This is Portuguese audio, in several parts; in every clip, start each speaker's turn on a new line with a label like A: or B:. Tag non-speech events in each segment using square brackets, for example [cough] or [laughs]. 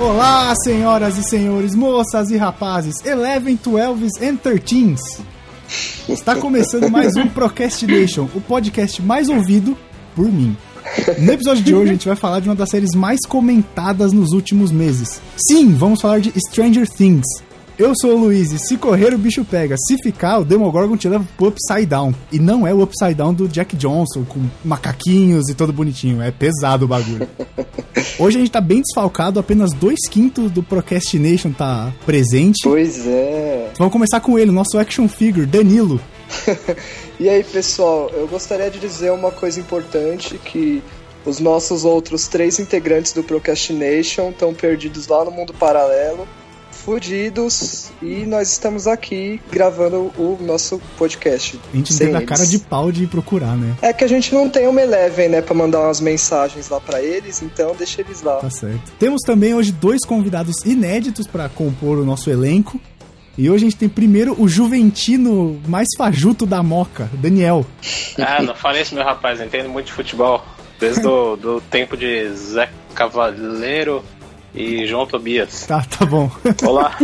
A: Olá, senhoras e senhores, moças e rapazes, Eleven, Twelves and Thirteens. Está começando mais um Procrastination, o podcast mais ouvido por mim. No episódio de hoje a gente vai falar de uma das séries mais comentadas nos últimos meses. Sim, vamos falar de Stranger Things. Eu sou o Luiz e se correr o bicho pega, se ficar o Demogorgon te leva pro Upside Down. E não é o Upside Down do Jack Johnson com macaquinhos e todo bonitinho, é pesado o bagulho. Hoje a gente tá bem desfalcado, apenas dois quintos do Procrastination tá presente.
B: Pois é.
A: Vamos começar com ele, nosso action figure, Danilo.
B: e aí, pessoal, eu gostaria de dizer uma coisa importante que os nossos outros três integrantes do Procrastination estão perdidos lá no mundo paralelo, fudidos, e nós estamos aqui gravando o nosso podcast.
A: A gente
B: sem
A: teve a
B: eles.
A: cara de pau de ir procurar, né?
B: É que a gente não tem uma Eleven, né, pra mandar umas mensagens lá pra eles, então deixa eles lá.
A: Tá certo. Temos também hoje dois convidados inéditos pra compor o nosso elenco. E hoje a gente tem primeiro o juventino mais fajuto da moca, Daniel.
C: Ah, não fale isso, meu rapaz. Eu Entendo muito de futebol. Desde o do tempo de Zé Cavaleiro e João Tobias.
A: Tá, tá bom. [laughs]
C: Olá.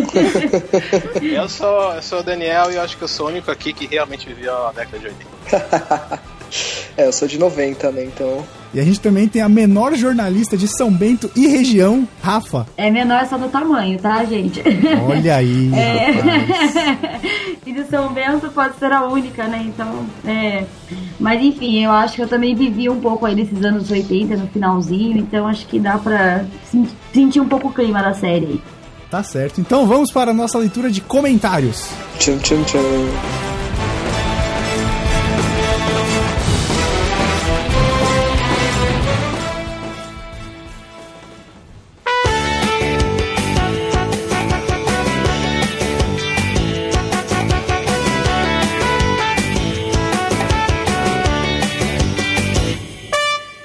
C: [laughs] eu, sou, eu sou o Daniel e eu acho que eu sou o único aqui que realmente viveu a década de 80.
B: É, eu sou de 90, né, então.
A: E a gente também tem a menor jornalista de São Bento e região, Rafa.
D: É menor só no tamanho, tá, gente?
A: Olha aí,
D: É.
A: rapaz.
D: [laughs] e de São Bento pode ser a única, né? Então, é. Mas enfim, eu acho que eu também vivi um pouco aí desses anos 80, no finalzinho, então acho que dá pra sen- sentir um pouco o clima da série aí.
A: Tá certo. Então vamos para a nossa leitura de comentários.
B: Tchum, tchum, tchum.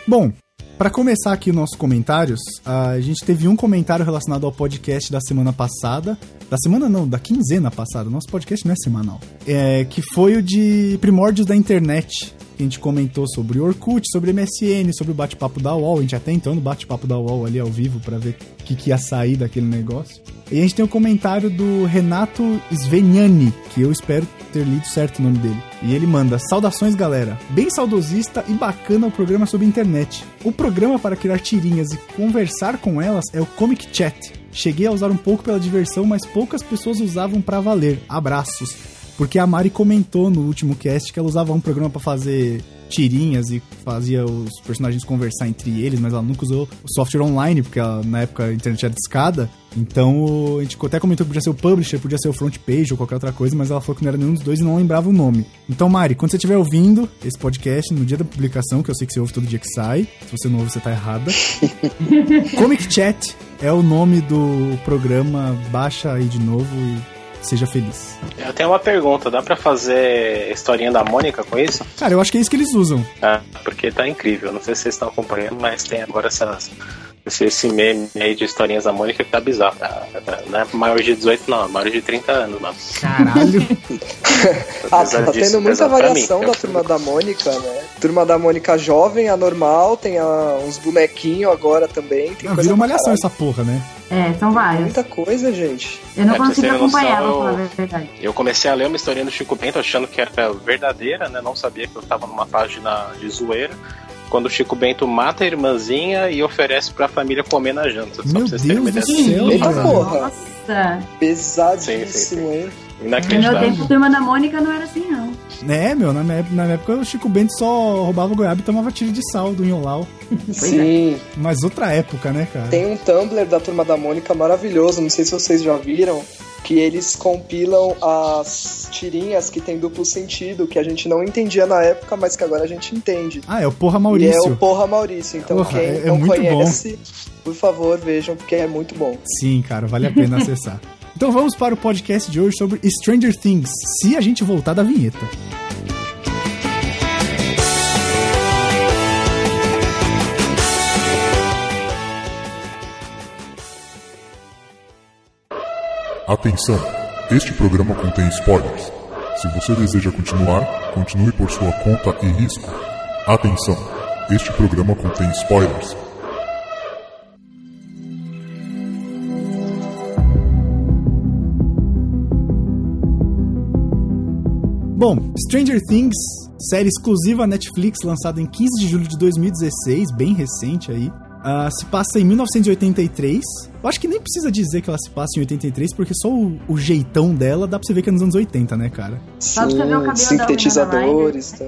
A: Bom, para começar aqui nossos comentários, a gente teve um comentário relacionado ao podcast da semana passada. Da semana não, da quinzena passada. Nosso podcast não é semanal. É, que foi o de Primórdios da Internet. que A gente comentou sobre o Orkut, sobre MSN, sobre o bate-papo da UOL. A gente até entrou no bate-papo da UOL ali ao vivo para ver o que, que ia sair daquele negócio. E a gente tem o comentário do Renato Sveniani, que eu espero ter lido certo o nome dele. E ele manda: Saudações, galera. Bem saudosista e bacana o programa sobre internet. O programa para criar tirinhas e conversar com elas é o Comic Chat. Cheguei a usar um pouco pela diversão, mas poucas pessoas usavam pra valer. Abraços. Porque a Mari comentou no último cast que ela usava um programa pra fazer tirinhas e fazia os personagens conversar entre eles, mas ela nunca usou o software online, porque ela, na época a internet era discada. Então o- a gente até comentou que podia ser o publisher, podia ser o front page ou qualquer outra coisa, mas ela falou que não era nenhum dos dois e não lembrava o nome. Então, Mari, quando você estiver ouvindo esse podcast, no dia da publicação, que eu sei que você ouve todo dia que sai, se você não ouve, você tá errada. Comic Chat é o nome do programa, baixa aí de novo e seja feliz.
C: Eu tenho uma pergunta: dá pra fazer historinha da Mônica com isso?
A: Cara, eu acho que é isso que eles usam.
C: Ah, porque tá incrível. Não sei se vocês estão acompanhando, mas tem agora essas. Esse, esse meme aí de historinhas da Mônica que tá bizarro. Tá, tá, não é maior de 18, não, é maior de 30 anos, mano.
A: Caralho.
B: [laughs] Ah,
C: Apesar
B: tá
C: disso,
B: tendo muita
C: apesar pra mim,
B: variação
C: eu
B: da
C: fico-
B: Turma da Mônica, né? Turma da Mônica jovem, a normal, tem a- uns bonequinhos agora também. Tem
A: Ah,
B: coisa
A: Vira
B: pra
A: uma malhação
B: caralho.
A: essa porra, né?
D: É, são vários.
B: Muita coisa, gente.
D: Eu não
C: É, pra
D: consigo
C: terem
D: acompanhar,
C: noção,
D: vou falar
C: eu-
D: a verdade.
C: Eu comecei a ler uma historinha do Chico Bento achando que era verdadeira, né? Não sabia que eu tava numa página de zoeira. Quando o Chico Bento mata a irmãzinha e oferece pra família comer na janta. Só
A: Meu
C: pra vocês terem uma
A: Deus do
C: ideia.
A: céu,
B: Eita
A: velho.
B: porra.
D: Nossa!
B: Pesadíssimo,
C: Sim,
B: hein?
D: No meu
C: Inacreditável.
D: tempo, turma da Mônica não era assim, não.
A: É, meu, na minha, na minha época o Chico Bento só roubava goiaba e tomava tiro de sal do Inholau. é.
B: Sim.
A: Mas outra época, né, cara?
B: Tem um Tumblr da Turma da Mônica maravilhoso, não sei se vocês já viram, que eles compilam as tirinhas que tem duplo sentido, que a gente não entendia na época, mas que agora a gente entende.
A: Ah, é o Porra
B: E é o
A: Maurício.
B: Porra Maurício. Então,
A: Porra,
B: quem
A: é- é
B: não
A: muito bom.
B: conhece, por favor, vejam, porque é muito bom.
A: Sim, cara, vale a pena acessar. Então vamos para o podcast de hoje sobre Stranger Things, se a gente voltar da vinheta.
E: Atenção! Este programa contém spoilers. Se você deseja continuar, continue por sua conta e risco. Atenção! Este programa contém spoilers.
A: Bom, Stranger Things, série exclusiva Netflix, lançada em 15 de julho de 2016, bem recente aí. Ah, se passa em 1983. Eu acho que nem precisa dizer que ela se passa em 83, porque só o, o jeitão dela dá pra você ver que é nos anos 80, né, cara?
D: Só pra você ver o cabelo da né? Winona
B: sintetizadores. Tá.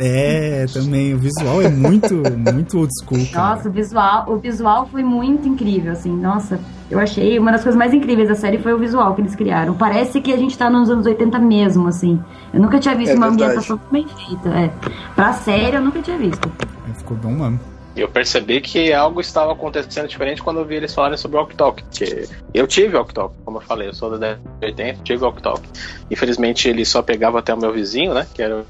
A: É, também. O visual é muito, muito old school, cara.
D: Nossa, o visual, o visual foi muito incrível, assim. Nossa, eu achei uma das coisas mais incríveis da série foi o visual que eles criaram. Parece que a gente tá nos anos 80 mesmo, assim. Eu nunca tinha visto
B: É
D: uma
B: verdade.
D: ambientação tão bem feita. É. Pra série, eu nunca tinha visto.
A: Aí É, Ficou bom, mano.
C: Eu percebi que algo estava acontecendo diferente quando eu vi eles falarem sobre o Walk Porque eu tive Walk como eu falei, eu sou da década de 80, tive Walk Infelizmente ele só pegava até o meu vizinho, né? Que era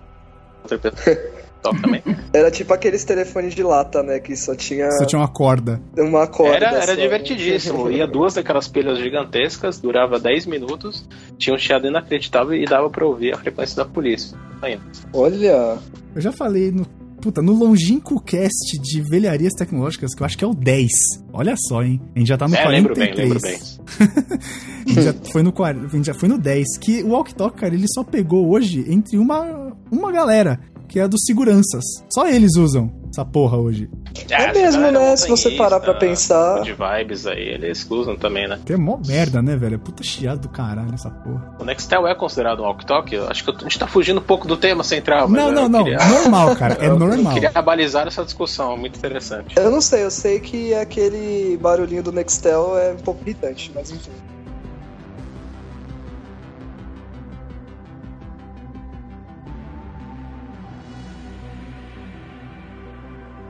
C: outra
B: [laughs]
C: pessoa Talk também.
B: Era tipo aqueles telefones de lata, né? Que só tinha,
A: Só tinha uma corda.
B: uma corda.
C: Era,
B: só,
C: era
B: né?
C: divertidíssimo. Ia duas daquelas pilhas gigantescas, durava 10 minutos, tinha um chiado inacreditável e dava pra ouvir a frequência da polícia. Ainda.
B: Olha,
A: Eu já falei no. Puta, no longínquo cast de velharias tecnológicas, que eu acho que é o 10. Olha só, hein? A gente já tá no
C: é,
A: 43.
C: lembro bem, lembro bem.
A: A gente já foi no, quar- a gente já foi no 10. Que o Walk Talk, cara, ele só pegou hoje entre uma, uma galera, que é a dos seguranças. Só eles usam essa porra hoje.
B: É
C: Ah, essa
B: mesmo,
C: galera um
B: né? Se você
C: montanhista,
B: parar pra pensar.
C: De vibes aí, eles usam também, né?
A: Que é mó merda, né, velho? É Puta chiado do caralho essa porra.
C: O Nextel é considerado um walk-talk? Eu Acho que a gente tá fugindo um pouco do tema central. mas
A: não,
C: eu
A: não, não.
C: queria-
A: Normal, cara. É
C: [laughs] eu
A: normal.
C: Queria abalizar essa discussão, muito interessante.
B: eu não sei, eu sei que aquele barulhinho do Nextel é um pouco irritante, mas enfim.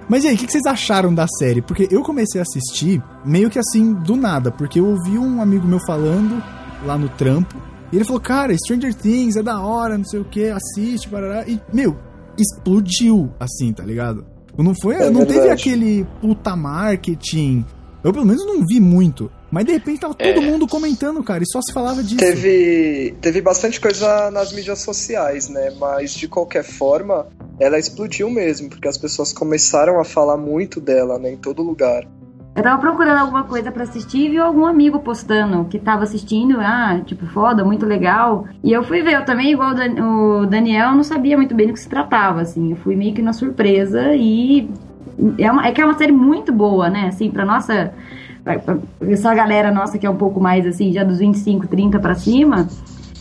A: Mas e aí, o que que vocês acharam da série? Porque eu comecei a assistir meio que assim, do nada, porque eu ouvi um amigo meu falando lá no trampo, e ele falou, cara, Stranger Things é da hora, não sei o que, assiste, parará, e, meu, explodiu, assim, tá ligado? Não foi,
B: É
A: não teve
B: verdade.
A: aquele puta marketing, eu pelo menos não vi muito, mas de repente tava todo
C: É.
A: mundo comentando, cara, e só se falava disso.
B: Teve, teve bastante coisa nas mídias sociais, né? Mas de qualquer forma, ela explodiu mesmo, porque as pessoas começaram a falar muito dela, né? Em todo lugar.
D: Eu tava procurando alguma coisa pra assistir e vi algum amigo postando que tava assistindo, ah, tipo, foda, muito legal. E eu fui ver, eu também, igual o Dan- o Daniel, não sabia muito bem do que se tratava, assim. Eu fui meio que na surpresa e. É, uma- é que é uma série muito boa, né? Assim, pra nossa. pra- pra Essa galera nossa que é um pouco mais, assim, já dos 25, 30 pra cima.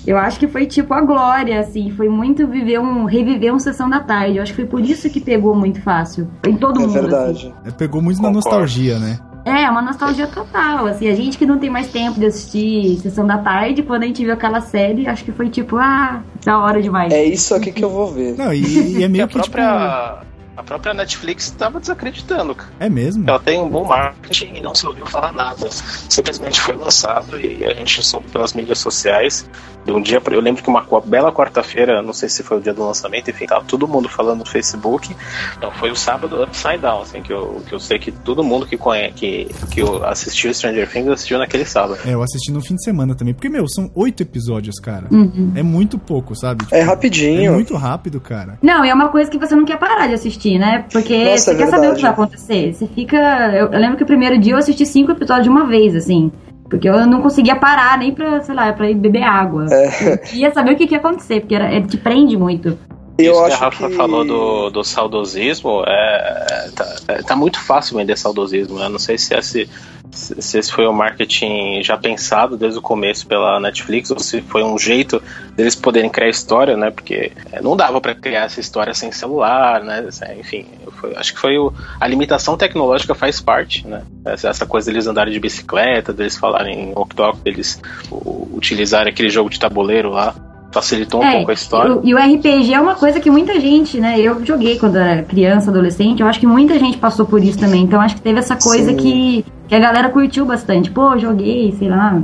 D: Eu acho que foi tipo a glória, assim. Foi muito viver um. reviver um sessão da tarde. Eu acho que foi por isso que pegou muito fácil. Em todo
B: É
D: mundo. assim.
B: verdade.
A: É, Pegou muito na
C: Concordo.
A: nostalgia, né?
D: É, uma nostalgia total, assim, a gente que não tem mais tempo de assistir Sessão da Tarde, quando a gente viu aquela série, acho que foi tipo, ah, da hora demais.
B: É isso aqui que eu vou ver.
A: Não,
C: [laughs]
A: e, e é
C: E
A: meio
C: a
A: que, tipo,
C: própria, a própria Netflix tava desacreditando, cara.
A: é mesmo?
C: Ela tem um bom marketing e não se ouviu falar nada. Simplesmente foi lançado e a gente soube pelas mídias sociais. De um dia, pra- eu lembro que uma co- bela quarta-feira, não sei se foi o dia do lançamento, enfim, tava todo mundo falando no Facebook. Então foi o sábado Upside Down, assim, que eu, que eu sei que todo mundo que conhece, que, que eu assistiu Stranger Things assistiu naquele sábado.
A: É, eu assisti no fim de semana também. Porque, meu, são oito episódios, cara.
D: Uhum.
A: É muito pouco, sabe? Tipo,
B: É rapidinho.
A: é muito rápido, cara.
D: Não, e é uma coisa que você não quer parar de assistir, né? Porque
B: Nossa,
D: você
B: é
D: quer saber o
B: verdade.
D: que vai acontecer. Você fica. Eu, eu lembro que o primeiro dia eu assisti cinco episódios de uma vez, assim. Porque eu não conseguia parar nem pra, sei lá, pra ir beber água.
B: É.
D: Eu queria saber o que, que ia acontecer, porque era, ele te prende muito.
B: Eu
C: Isso que a
B: acho
C: Rafa
B: que-
C: falou do, do saudosismo, é, é, tá, é, tá muito fácil vender saudosismo. né? Não sei se esse, se se esse foi o marketing já pensado desde o começo pela Netflix ou se foi um jeito deles poderem criar história, né? Porque é, não dava pra criar essa história sem celular, né? Enfim, foi- acho que foi o, a limitação tecnológica faz parte, né? Essa, essa coisa deles andarem de bicicleta, deles falarem walk-talk, deles u- utilizarem aquele jogo de tabuleiro lá. Facilitou um
D: É,
C: pouco a história.
D: E o- E o RPG é uma coisa que muita gente, né? Eu joguei quando era criança, adolescente, eu acho que muita gente passou por isso também. Então acho que teve essa coisa
B: Sim.
D: que, que a galera curtiu bastante. Pô, joguei, sei lá.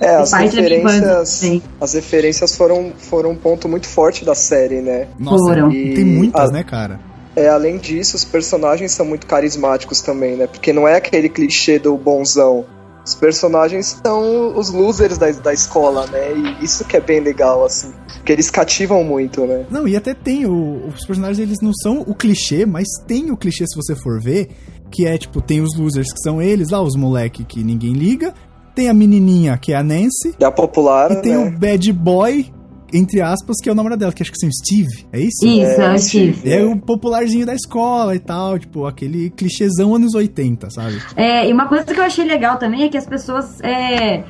B: É, as
D: parte da minha infância,
B: referências,
D: sim.
B: as referências foram, foram um ponto muito forte da série, né?
A: Nossa,
D: Foram.
A: tem
B: Ah.
A: muitas, né, cara?
B: É, além disso, os personagens são muito carismáticos também, né? Porque não é aquele clichê do bonzão. Os personagens são os losers da, da escola, né? E isso que é bem legal, assim. Porque eles cativam muito, né?
A: Não, e até tem, o- os personagens eles não são o clichê, mas tem o clichê se você for ver, que é tipo, tem os losers que são eles lá, os moleque que ninguém liga, tem a menininha que é a Nancy,
B: Da popular,
A: e tem
B: né?
A: o bad boy entre aspas, que é o namorado dela, que acho que chama Steve, é isso?
D: Isso, é o Steve.
A: É o popularzinho da escola e tal, tipo, aquele clichêzão anos 80, sabe?
D: É, e uma coisa que eu achei legal também é que as pessoas. é,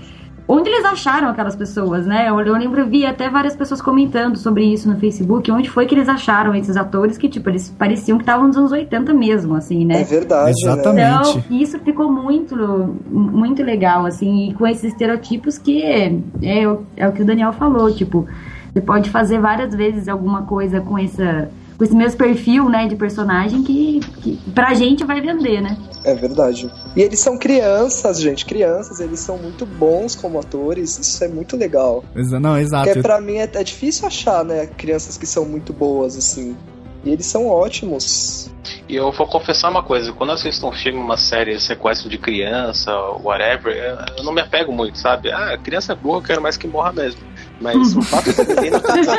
D: Onde eles acharam aquelas pessoas, né? Eu, eu lembro, eu vi até várias pessoas comentando sobre isso no Facebook. Onde foi que eles acharam esses atores que, tipo, eles pareciam que estavam nos anos 80 mesmo, assim, né?
B: É verdade,
A: Exatamente.
B: né?
D: Então, isso ficou muito, muito legal, assim, e com esses estereotipos que é, é, o- é o que o Daniel falou, tipo, você pode fazer várias vezes alguma coisa com essa com esse mesmo perfil, né, de personagem que, que pra gente vai vender, né?
B: É verdade. E eles são crianças, gente. Crianças, eles são muito bons como atores. Isso é muito legal.
A: Exa- Não, exato.
B: Porque
A: Ah, eu-
B: pra mim é, é difícil achar, né? Crianças que são muito boas, assim. E eles são ótimos.
C: E eu vou confessar uma coisa, quando eu assisto um filme, uma série, sequestro de criança, whatever, eu eu não me apego muito, sabe? Ah, criança é burra, eu quero mais que morra mesmo. Mas o fato de ter tendo tanto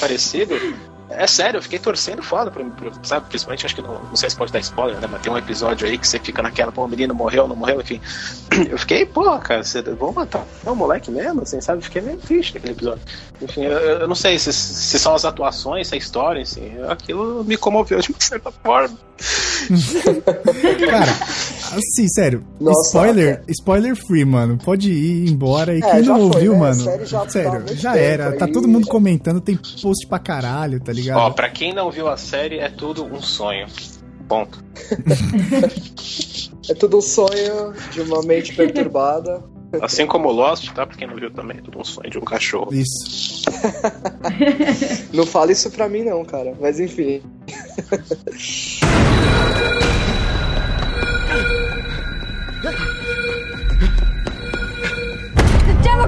C: parecido, é sério, eu fiquei torcendo foda, pra, pra, sabe? Principalmente, acho que não, não sei se pode dar spoiler, né? Mas tem um episódio aí que você fica naquela, pô, o menino morreu, não morreu, enfim. [clears throat] Eu fiquei, pô, cara, você, vou matar o moleque mesmo, assim, sabe? Fiquei meio triste naquele episódio. Enfim, eu, eu não sei se, se são as atuações, se é a história, assim, aquilo me comoveu de uma certa forma.
A: Cara, assim, sério,
B: Nossa,
A: spoiler, spoiler free, mano. Pode ir embora. E
B: É,
A: quem
B: já
A: não
B: foi,
A: ouviu,
B: né? A
A: mano,
B: série já tá há
A: sério,
B: muito
A: já
B: tempo
A: era. Tá
B: aí,
A: todo mundo
B: já.
A: comentando, tem post pra caralho, tá ligado?
C: Ó, pra quem não viu a série, é tudo um sonho. Ponto.
B: É tudo um sonho de uma mente perturbada.
C: Assim como Lost, tá? Pra quem não viu também, é tudo um sonho de um cachorro.
A: Isso.
B: Não fala isso pra mim, não, cara. Mas enfim.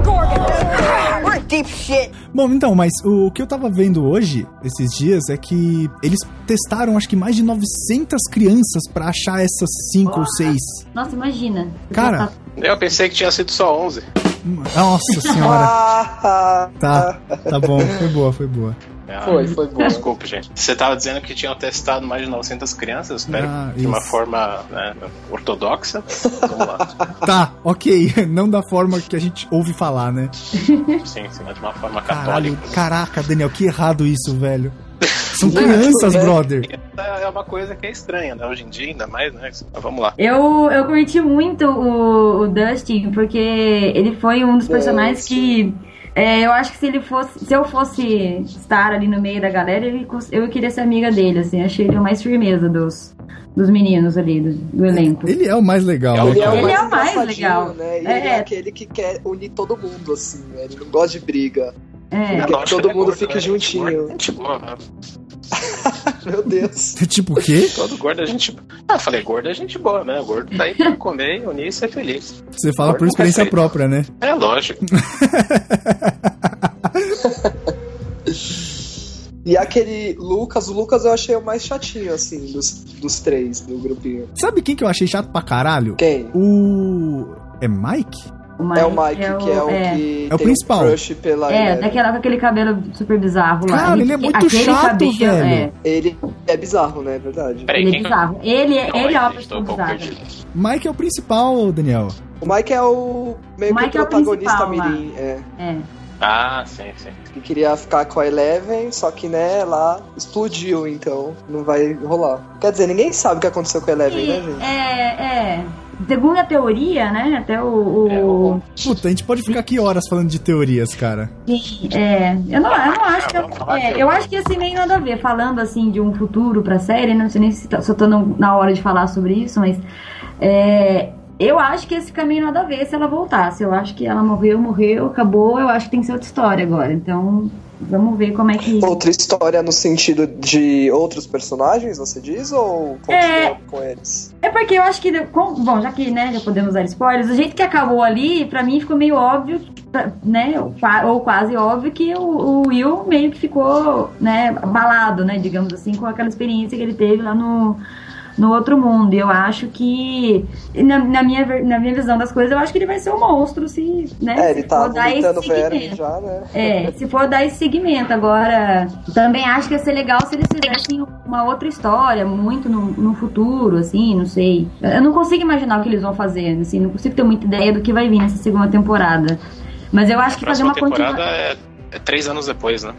F: Demogorgon! We're deep shit.
A: Bom, então, mas o que eu tava vendo hoje, esses dias, é que eles testaram acho que mais de 900 crianças pra achar essas 5 ou 6.
D: Nossa, imagina.
A: Cara.
C: Eu pensei que tinha sido só 11.
A: Nossa senhora.
B: Ah,
A: Tá, tá bom, foi boa, foi boa.
C: Ah,
B: foi, foi bom.
C: Desculpa, gente. Você tava dizendo que tinham testado mais de 900 crianças? Espero
A: Ah,
C: que É, de uma
A: isso.
C: forma né, ortodoxa. Vamos
B: [laughs]
C: lá.
A: Tá, ok. [laughs] Não da forma que a gente ouve falar, né?
C: Sim, sim, mas de uma forma
A: Caralho,
C: católica.
A: caraca, Daniel, que errado isso, velho. São
B: Não,
A: crianças,
B: é-
A: brother.
C: É uma coisa que é estranha, né? Hoje em dia, ainda mais, né? Mas vamos lá.
D: Eu, eu curti muito o, o Dustin, porque ele foi um dos personagens que. é, eu acho que se ele fosse. Se eu fosse estar ali no meio da galera, ele cons- eu queria ser amiga dele, assim. Achei ele o mais firmeza dos, dos meninos ali, do, do elenco.
A: Ele é o mais legal, né,
C: Ele é o
A: cara?
D: Ele é o mais
B: engraçadinho,
D: legal.
B: um Né? E
D: É.
B: Ele é aquele que quer unir todo mundo, assim. né? Ele não gosta de briga.
D: É.
B: que
C: lógico,
B: todo
C: ele é
B: mundo
C: gordo,
B: fique
C: né?
B: juntinho.
C: Gente boa, né?
B: Meu Deus.
A: Tipo o quê?
C: Todo gordo é gente boa. Ah, eu falei, gordo é gente boa, né? Gordo tá aí pra comer, unir e ser feliz.
A: Você fala por experiência própria, né?
C: É lógico.
B: E aquele Lucas, o Lucas eu achei o mais chatinho, assim, dos, dos três do grupinho.
A: Sabe quem que eu achei chato pra caralho?
B: Quem?
A: O. É Mike?
B: é o Mike, que é o que tá né?
A: É o
B: tem
A: principal.
B: crush pela
D: É,
B: Eleven.
D: daquela com aquele cabelo super bizarro lá.
A: Cara, ele é muito
D: aquele
A: chato,
D: cabelo,
A: velho.
B: Ele é bizarro, né? É verdade.
C: Peraí,
D: ele é
C: quem-
D: bizarro. Ele, é-
C: então. Não,
D: ele é uma
C: gente,
D: pessoa
C: tô um pouco
D: bizarra.
C: perdido.
A: Mike é o principal, Daniel.
B: O Mike é o meio
D: O
B: que o
D: Mike é o
B: protagonista
D: principal lá.
B: mirim, é.
D: É.
C: Ah, sim, sim.
B: Que queria ficar com a Eleven, só que, né, lá explodiu, então não vai rolar. Quer dizer, ninguém sabe o que aconteceu com a Eleven, né, gente?
D: É, é. Segundo a teoria, né? Até o. o-
C: É, o-
A: Puta, a gente pode ficar aqui horas falando de teorias, cara.
D: É, eu não, eu não acho que.
C: Ah, Vamos falar
D: é,
C: que eu-
D: eu acho que assim nem nada a ver. Falando assim de um futuro pra série, não sei nem se tá, só tô no- na hora de falar sobre isso, mas. é, eu acho que esse caminho nada a ver se ela voltasse. Eu acho que ela morreu, morreu, acabou. Eu acho que tem que ser outra história agora. Então, vamos ver como é que.
B: Outra história no sentido de outros personagens, você diz? Ou continua com eles?
D: É porque eu acho que. deu- com- bom, já que né, já podemos dar spoilers, do jeito que acabou ali, pra mim ficou meio óbvio, pra- né? Ou, qua- ou quase óbvio que o, o Will meio que ficou, né, abalado, né, digamos assim, com aquela experiência que ele teve lá no, no outro mundo. E eu acho que. Na, na minha, ver- na minha visão das coisas, eu acho que ele vai ser um monstro, se. Né,
B: É,
D: se
B: ele tá
D: for dar esse
B: vomitando verme
D: segmento.
B: já, né?
D: É, se for dar esse segmento. Agora, também acho que ia ser legal se eles fizessem uma outra história, muito no, no futuro, assim, não sei. Eu não consigo imaginar o que eles vão fazer, assim, não consigo ter muita ideia do que vai vir nessa segunda temporada. Mas eu acho que fazer
C: Próxima
D: uma
C: temporada
D: continuação.
C: é É três anos depois, né?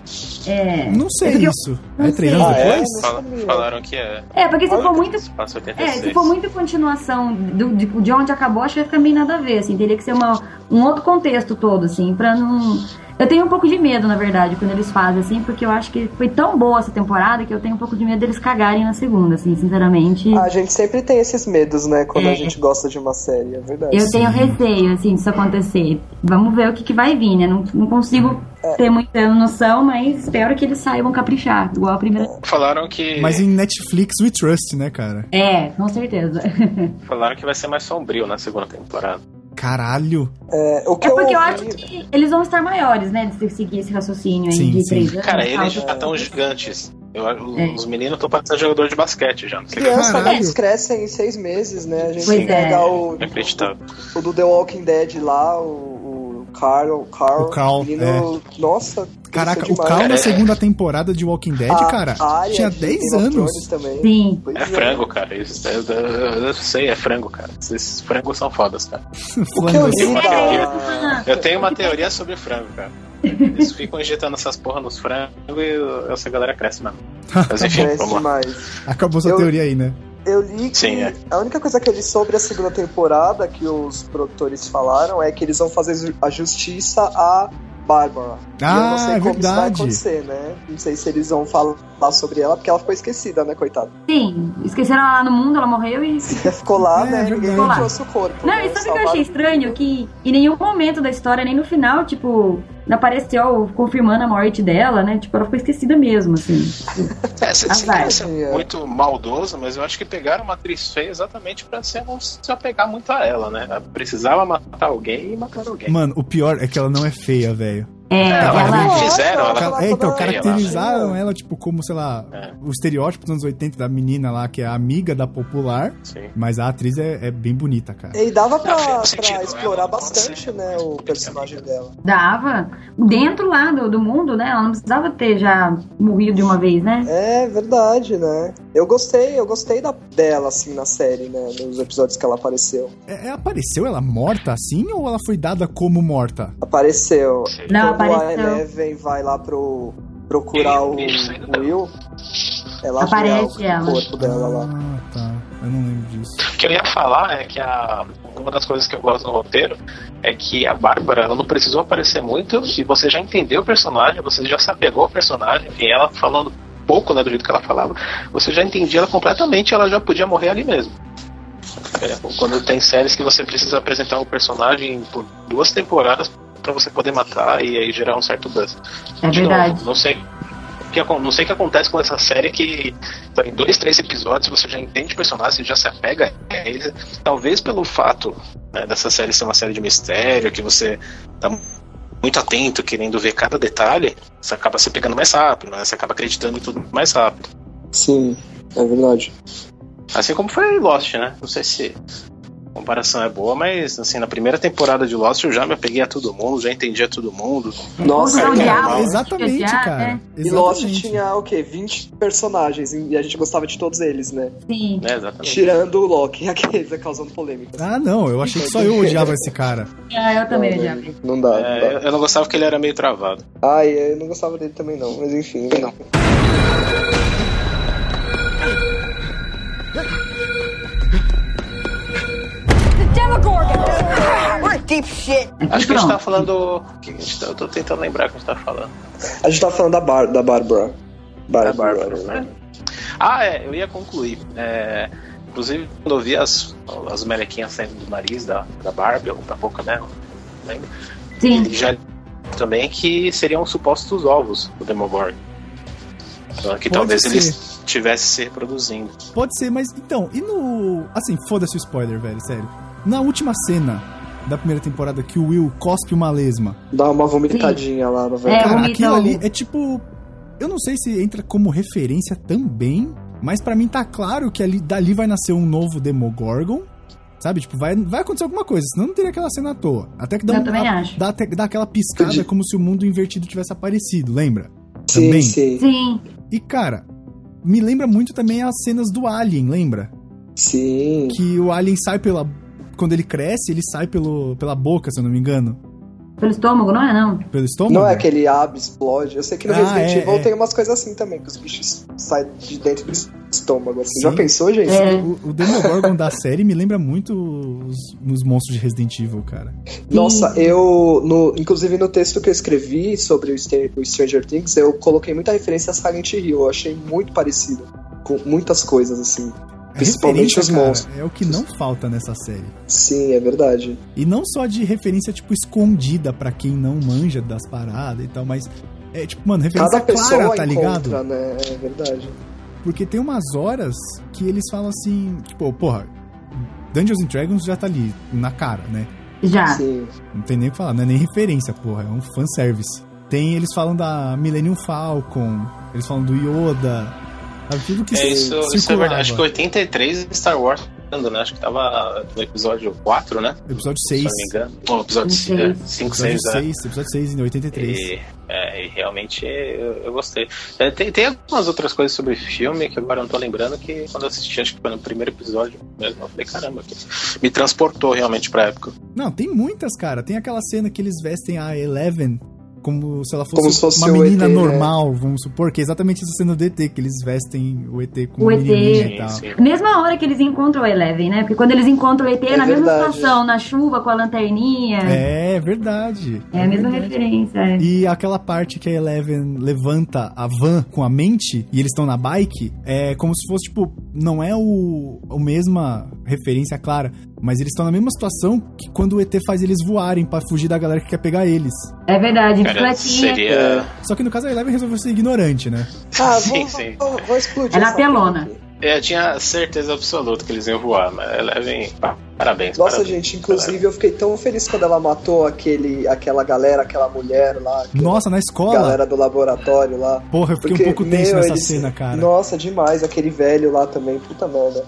D: É.
A: Não sei
D: É porque eu-
A: isso.
D: não
A: é três
D: sei.
A: anos
B: Ah, é?
A: depois?
C: Fala- falaram que é.
D: É, porque se for muito.
C: Se passa 86.
D: É, se for muito continuação do, de, de onde acabou, acho que vai ficar meio nada a ver, assim. Teria que ser uma, um outro contexto todo, assim, pra não. Eu tenho um pouco de medo, na verdade, quando eles fazem, assim, porque eu acho que foi tão boa essa temporada que eu tenho um pouco de medo deles cagarem na segunda, assim, sinceramente.
B: A gente sempre tem esses medos, né? Quando a
D: É.
B: gente gosta de uma série, é verdade.
D: Eu tenho receio, assim, disso acontecer. Vamos ver o que, que vai vir, né? Não, não consigo ter muita noção, mas espero que eles saibam caprichar, igual a primeira.
C: Falaram que.
A: Mas em Netflix We Trust, né, cara?
D: É, com certeza.
C: Falaram que vai ser mais sombrio na segunda temporada.
A: Caralho.
B: É, o que
D: É porque eu acho
B: ouvi-
D: que eles vão estar maiores, né? De seguir esse raciocínio aí
A: Sim,
D: de
A: sim.
D: três anos. né,
C: Cara, eles
D: tal.
C: já estão gigantes. Eu-
D: É.
C: Os meninos estão parecendo jogador de basquete já. Não sei o
B: Criança, né?
A: Caralho.
B: Eles crescem em seis meses, né? A gente
D: Pois
B: tem que
D: é.
B: pegar
C: que
B: o,
C: é inacreditável.
B: o do The Walking Dead lá, o, o Carl. O Carl.
A: O Carl, é.
B: menino- Nossa.
A: Caraca,
B: cresceu
A: o
B: demais. Ah,
A: Cal na
C: É.
A: segunda temporada de Walking Dead,
B: A-
A: cara,
B: a área
A: tinha
B: de
A: 10
B: Game of
A: anos.
B: Thrones Também.
D: Sim.
B: Pois
C: É frango, cara. Isso, eu, eu- eu sei, é frango, cara. Esses frangos são fodas, cara.
B: O que eu
A: Flanders.
B: vi
C: Flanders.
B: da...
C: Eu tenho uma teoria sobre frango, cara. Eles ficam injetando essas porra nos frangos e essa galera cresce mesmo. Mas enfim,
B: Cresce
C: vamos lá.
B: demais.
A: Acabou sua
B: Eu-
A: teoria aí, né?
B: Eu li que
C: Sim, é.
B: a única coisa que eu li sobre a segunda temporada que os produtores falaram é que eles vão fazer ju- a justiça à Bárbara. E eu não
A: Ah,
B: sei
A: é
B: como isso vai
A: verdade.
B: acontecer, né? Não sei se eles vão falar sobre ela, porque ela ficou esquecida, né, coitada?
D: Sim, esqueceram ela lá no mundo, ela morreu e.
B: Ficou lá,
A: [laughs] É,
B: né?
A: verdade.
B: Ninguém
D: Ficou lá.
B: trouxe o corpo.
D: Não,
B: né?
D: e sabe o que eu
B: Salvaram-
D: achei estranho? Que em nenhum momento da história, nem no final, tipo, não apareceu confirmando a morte dela, né? Tipo, ela ficou esquecida mesmo, assim.
C: É, se, se
D: Ah, vai.
C: quer ser muito maldoso, mas eu acho que pegaram uma atriz feia exatamente pra se, não se apegar muito a ela, né? Ela precisava matar alguém e matar alguém.
A: Mano, o pior é que ela não é feia, velho.
D: É,
C: É, ela
D: ela.
C: não fizeram,
A: Ca-
C: ela-
A: é, então,
C: toda-
A: caracterizaram ela, tipo, como, sei lá,
C: É.
A: o estereótipo dos anos 80 da menina lá, que é amiga da popular,
C: Sim.
A: mas a atriz é, é bem bonita, cara.
B: E dava pra,
C: Não, fez
B: pra
C: sentido,
B: explorar
C: ela não pode
B: bastante,
C: ser
B: né,
C: mais
B: o
C: complicada.
B: personagem dela.
D: Dava. Dentro lá do, do mundo, né? Ela não precisava ter já morrido de uma vez, né?
B: É verdade, né? Eu gostei, eu gostei da, dela, assim, na série, né? Nos episódios que ela apareceu.
A: É- é- apareceu ela morta assim ou ela foi dada como morta?
B: Apareceu.
D: Não,
B: quando a
D: apareceu.
B: Eleven vai lá pro procurar o,
C: Isso, isso.
B: o Will, ela
D: Aparece
B: vê o
D: ela.
B: corpo dela lá.
A: Ah, tá. Eu não lembro disso.
C: O que eu ia falar é que a, uma das coisas que eu gosto do roteiro é que a Bárbara ela não precisou aparecer muito e você já entendeu o personagem, você já se apegou ao personagem, enfim, ela falando pouco, né, do jeito que ela falava, você já entendia ela completamente, ela já podia morrer ali mesmo. É, quando tem séries que você precisa apresentar o personagem por duas temporadas pra você poder matar e aí gerar um certo buzz.
D: É
C: De
D: verdade.
C: Novo, não sei o que acon- não sei o que acontece com essa série que sabe, em dois, três episódios você já entende o personagem, você já se apega a ele. Talvez pelo fato né, dessa série ser uma série de mistério, que você tá muito atento, querendo ver cada detalhe, você acaba se pegando mais rápido, né? Você acaba acreditando em tudo mais rápido.
B: Sim, é verdade.
C: Assim como foi Lost, né? Não sei se a comparação é boa, mas assim, na primeira temporada de Lost eu já me apeguei a todo mundo, já entendi a todo mundo.
B: Nossa,
D: Todos
B: é
D: odiavam.
B: normal.
A: Exatamente,
D: Odiar,
A: cara.
D: né?
B: E Lost
A: Exatamente.
B: tinha o quê? 20 personagens e a gente gostava de todos eles, né?
D: Sim.
C: Né? Exatamente.
B: Tirando o Loki, [laughs] aqueles né, causando polêmica.
A: Ah, não, eu achei que só eu odiava esse cara.
D: Ah, eu também já vi.
B: Não dá.
C: É, eu- eu não gostava que ele era meio travado.
B: Ai, eu não gostava dele também não, mas enfim. Não.
C: Acho que a gente
D: Pronto.
C: tá falando. que a gente tá- eu tô tentando lembrar o que a gente tá falando.
B: A gente tava falando da, Bar da Bárbara.
C: Da Bárbara, né? Ah, é, eu ia concluir. É, inclusive, quando eu vi as, as melequinhas saindo do nariz da, da Barbie, ou da boca dela, não lembro.
D: Sim.
C: Ele já também que seriam supostos ovos do Demogorgon. Então, Que
A: Pode
C: talvez
A: ser.
C: eles estivessem se reproduzindo.
A: Pode ser, mas então, e no. Assim, foda-se o spoiler, velho, sério. Na última cena da primeira temporada que o Will cospe uma lesma.
B: Dá uma vomitadinha lá no
D: É,
A: cara,
D: vomitão.
A: aquilo ali é tipo. Eu não sei se entra como referência também, mas pra mim tá claro que ali, dali vai nascer um novo Demogorgon. Sabe? Tipo, vai, vai acontecer alguma coisa, senão não teria aquela cena à toa. Até que dá,
D: Eu
A: um-
D: também
A: a-
D: acho.
A: dá até- dá aquela piscada
B: Entendi.
A: como se o mundo invertido tivesse aparecido, lembra?
B: Sim,
A: também.
B: sim.
D: Sim.
A: E cara, me lembra muito também as cenas do Alien, lembra?
B: Sim.
A: que o alien sai pela. Quando ele cresce, ele sai pelo, pela boca, se eu não me engano.
D: Pelo estômago, não é não?
A: Pelo estômago?
B: Não é aquele ab explode. Eu sei que no
A: Ah,
B: Resident
A: é,
B: Evil
A: é.
B: tem umas coisas assim também, que os bichos saem de dentro do estômago. Assim.
A: Sim.
B: Já pensou, gente?
D: É.
A: O, o Demogorgon da série me lembra muito os, os monstros de Resident Evil, cara. É
B: Nossa,
D: Sim.
B: eu. no- inclusive no texto que eu escrevi sobre o, Str- o Stranger Things, eu coloquei muita referência a Silent Hill. Eu achei muito parecido. Com muitas coisas, assim. Principalmente
A: Referência,
B: os
A: cara,
B: monstros.
A: É o que não falta nessa série.
B: Sim, é verdade.
A: E não só de referência, tipo, escondida pra quem não manja das paradas e tal, mas é tipo, mano, referência
B: Cada pessoa
A: clara, tá ligado?
B: encontra, né? É verdade.
A: Porque tem umas horas que eles falam assim, tipo, porra, Dungeons and Dragons já tá ali, na cara, né?
D: Já. [laughs]
B: Sim.
A: Não tem nem o que falar, não é nem referência, porra, é um fanservice. Tem, eles falam da Millennium Falcon, eles falam do Yoda, sabe, tudo que
C: É, isso,
A: circulava.
C: isso é verdade. Acho que 83 Star Wars, né? Acho que tava no episódio 4, né?
A: Episódio
C: Se
A: 6,
C: não me engano. Bom, episódio é,
D: Seis.
C: 5, 6,
A: episódio 6, episódio 6 em 83.
C: E, é, e realmente eu, eu gostei. É, tem, tem algumas outras coisas sobre filme que agora eu não tô lembrando que quando eu assisti, acho que foi no primeiro episódio mesmo, eu falei, caramba, que me transportou realmente pra época.
A: Não, tem muitas, cara. Tem aquela cena que eles vestem a Eleven como se ela fosse,
B: Como se fosse
A: uma
B: o
A: menina
B: ET, né?
A: normal, vamos supor, que é exatamente essa cena do ET, que eles vestem o ET como
D: O ET.
A: menininha e
C: Sim,
A: tal.
C: sim.
D: Mesma hora que eles encontram o Eleven, né? Porque quando eles encontram o ET, é
B: É
D: na mesma
B: verdade.
D: situação, na chuva, com a lanterninha. É,
A: É, verdade.
D: a mesma
A: verdade.
D: referência. é.
A: E aquela parte que a Eleven levanta a van com a mente e eles estão na bike, é como se fosse, tipo, não é o, o mesma referência clara, mas eles estão na mesma situação que quando o ET faz eles voarem pra fugir da galera que quer pegar eles.
D: É verdade,
C: Cara,
D: bicicletinha.
C: seria.
A: Só que no caso a Eleven resolveu ser ignorante, né?
B: Ah,
C: sim,
B: vou,
C: sim.
B: vou- vou explodir.
D: É na
B: essa
D: telona.
B: porra aqui.
C: É, Eu tinha certeza absoluta que eles iam voar, mas levem. pa- Parabéns.
B: Nossa,
D: é
C: parabéns.
B: gente, inclusive eu fiquei tão feliz quando ela matou aquele, aquela galera, aquela mulher lá. aquela
A: Nossa, na escola.
B: Galera do laboratório lá.
A: Porra, eu fiquei um pouco tenso
B: meu,
A: nessa
B: eles-
A: cena, cara.
B: Nossa, demais. Aquele velho lá também, puta merda.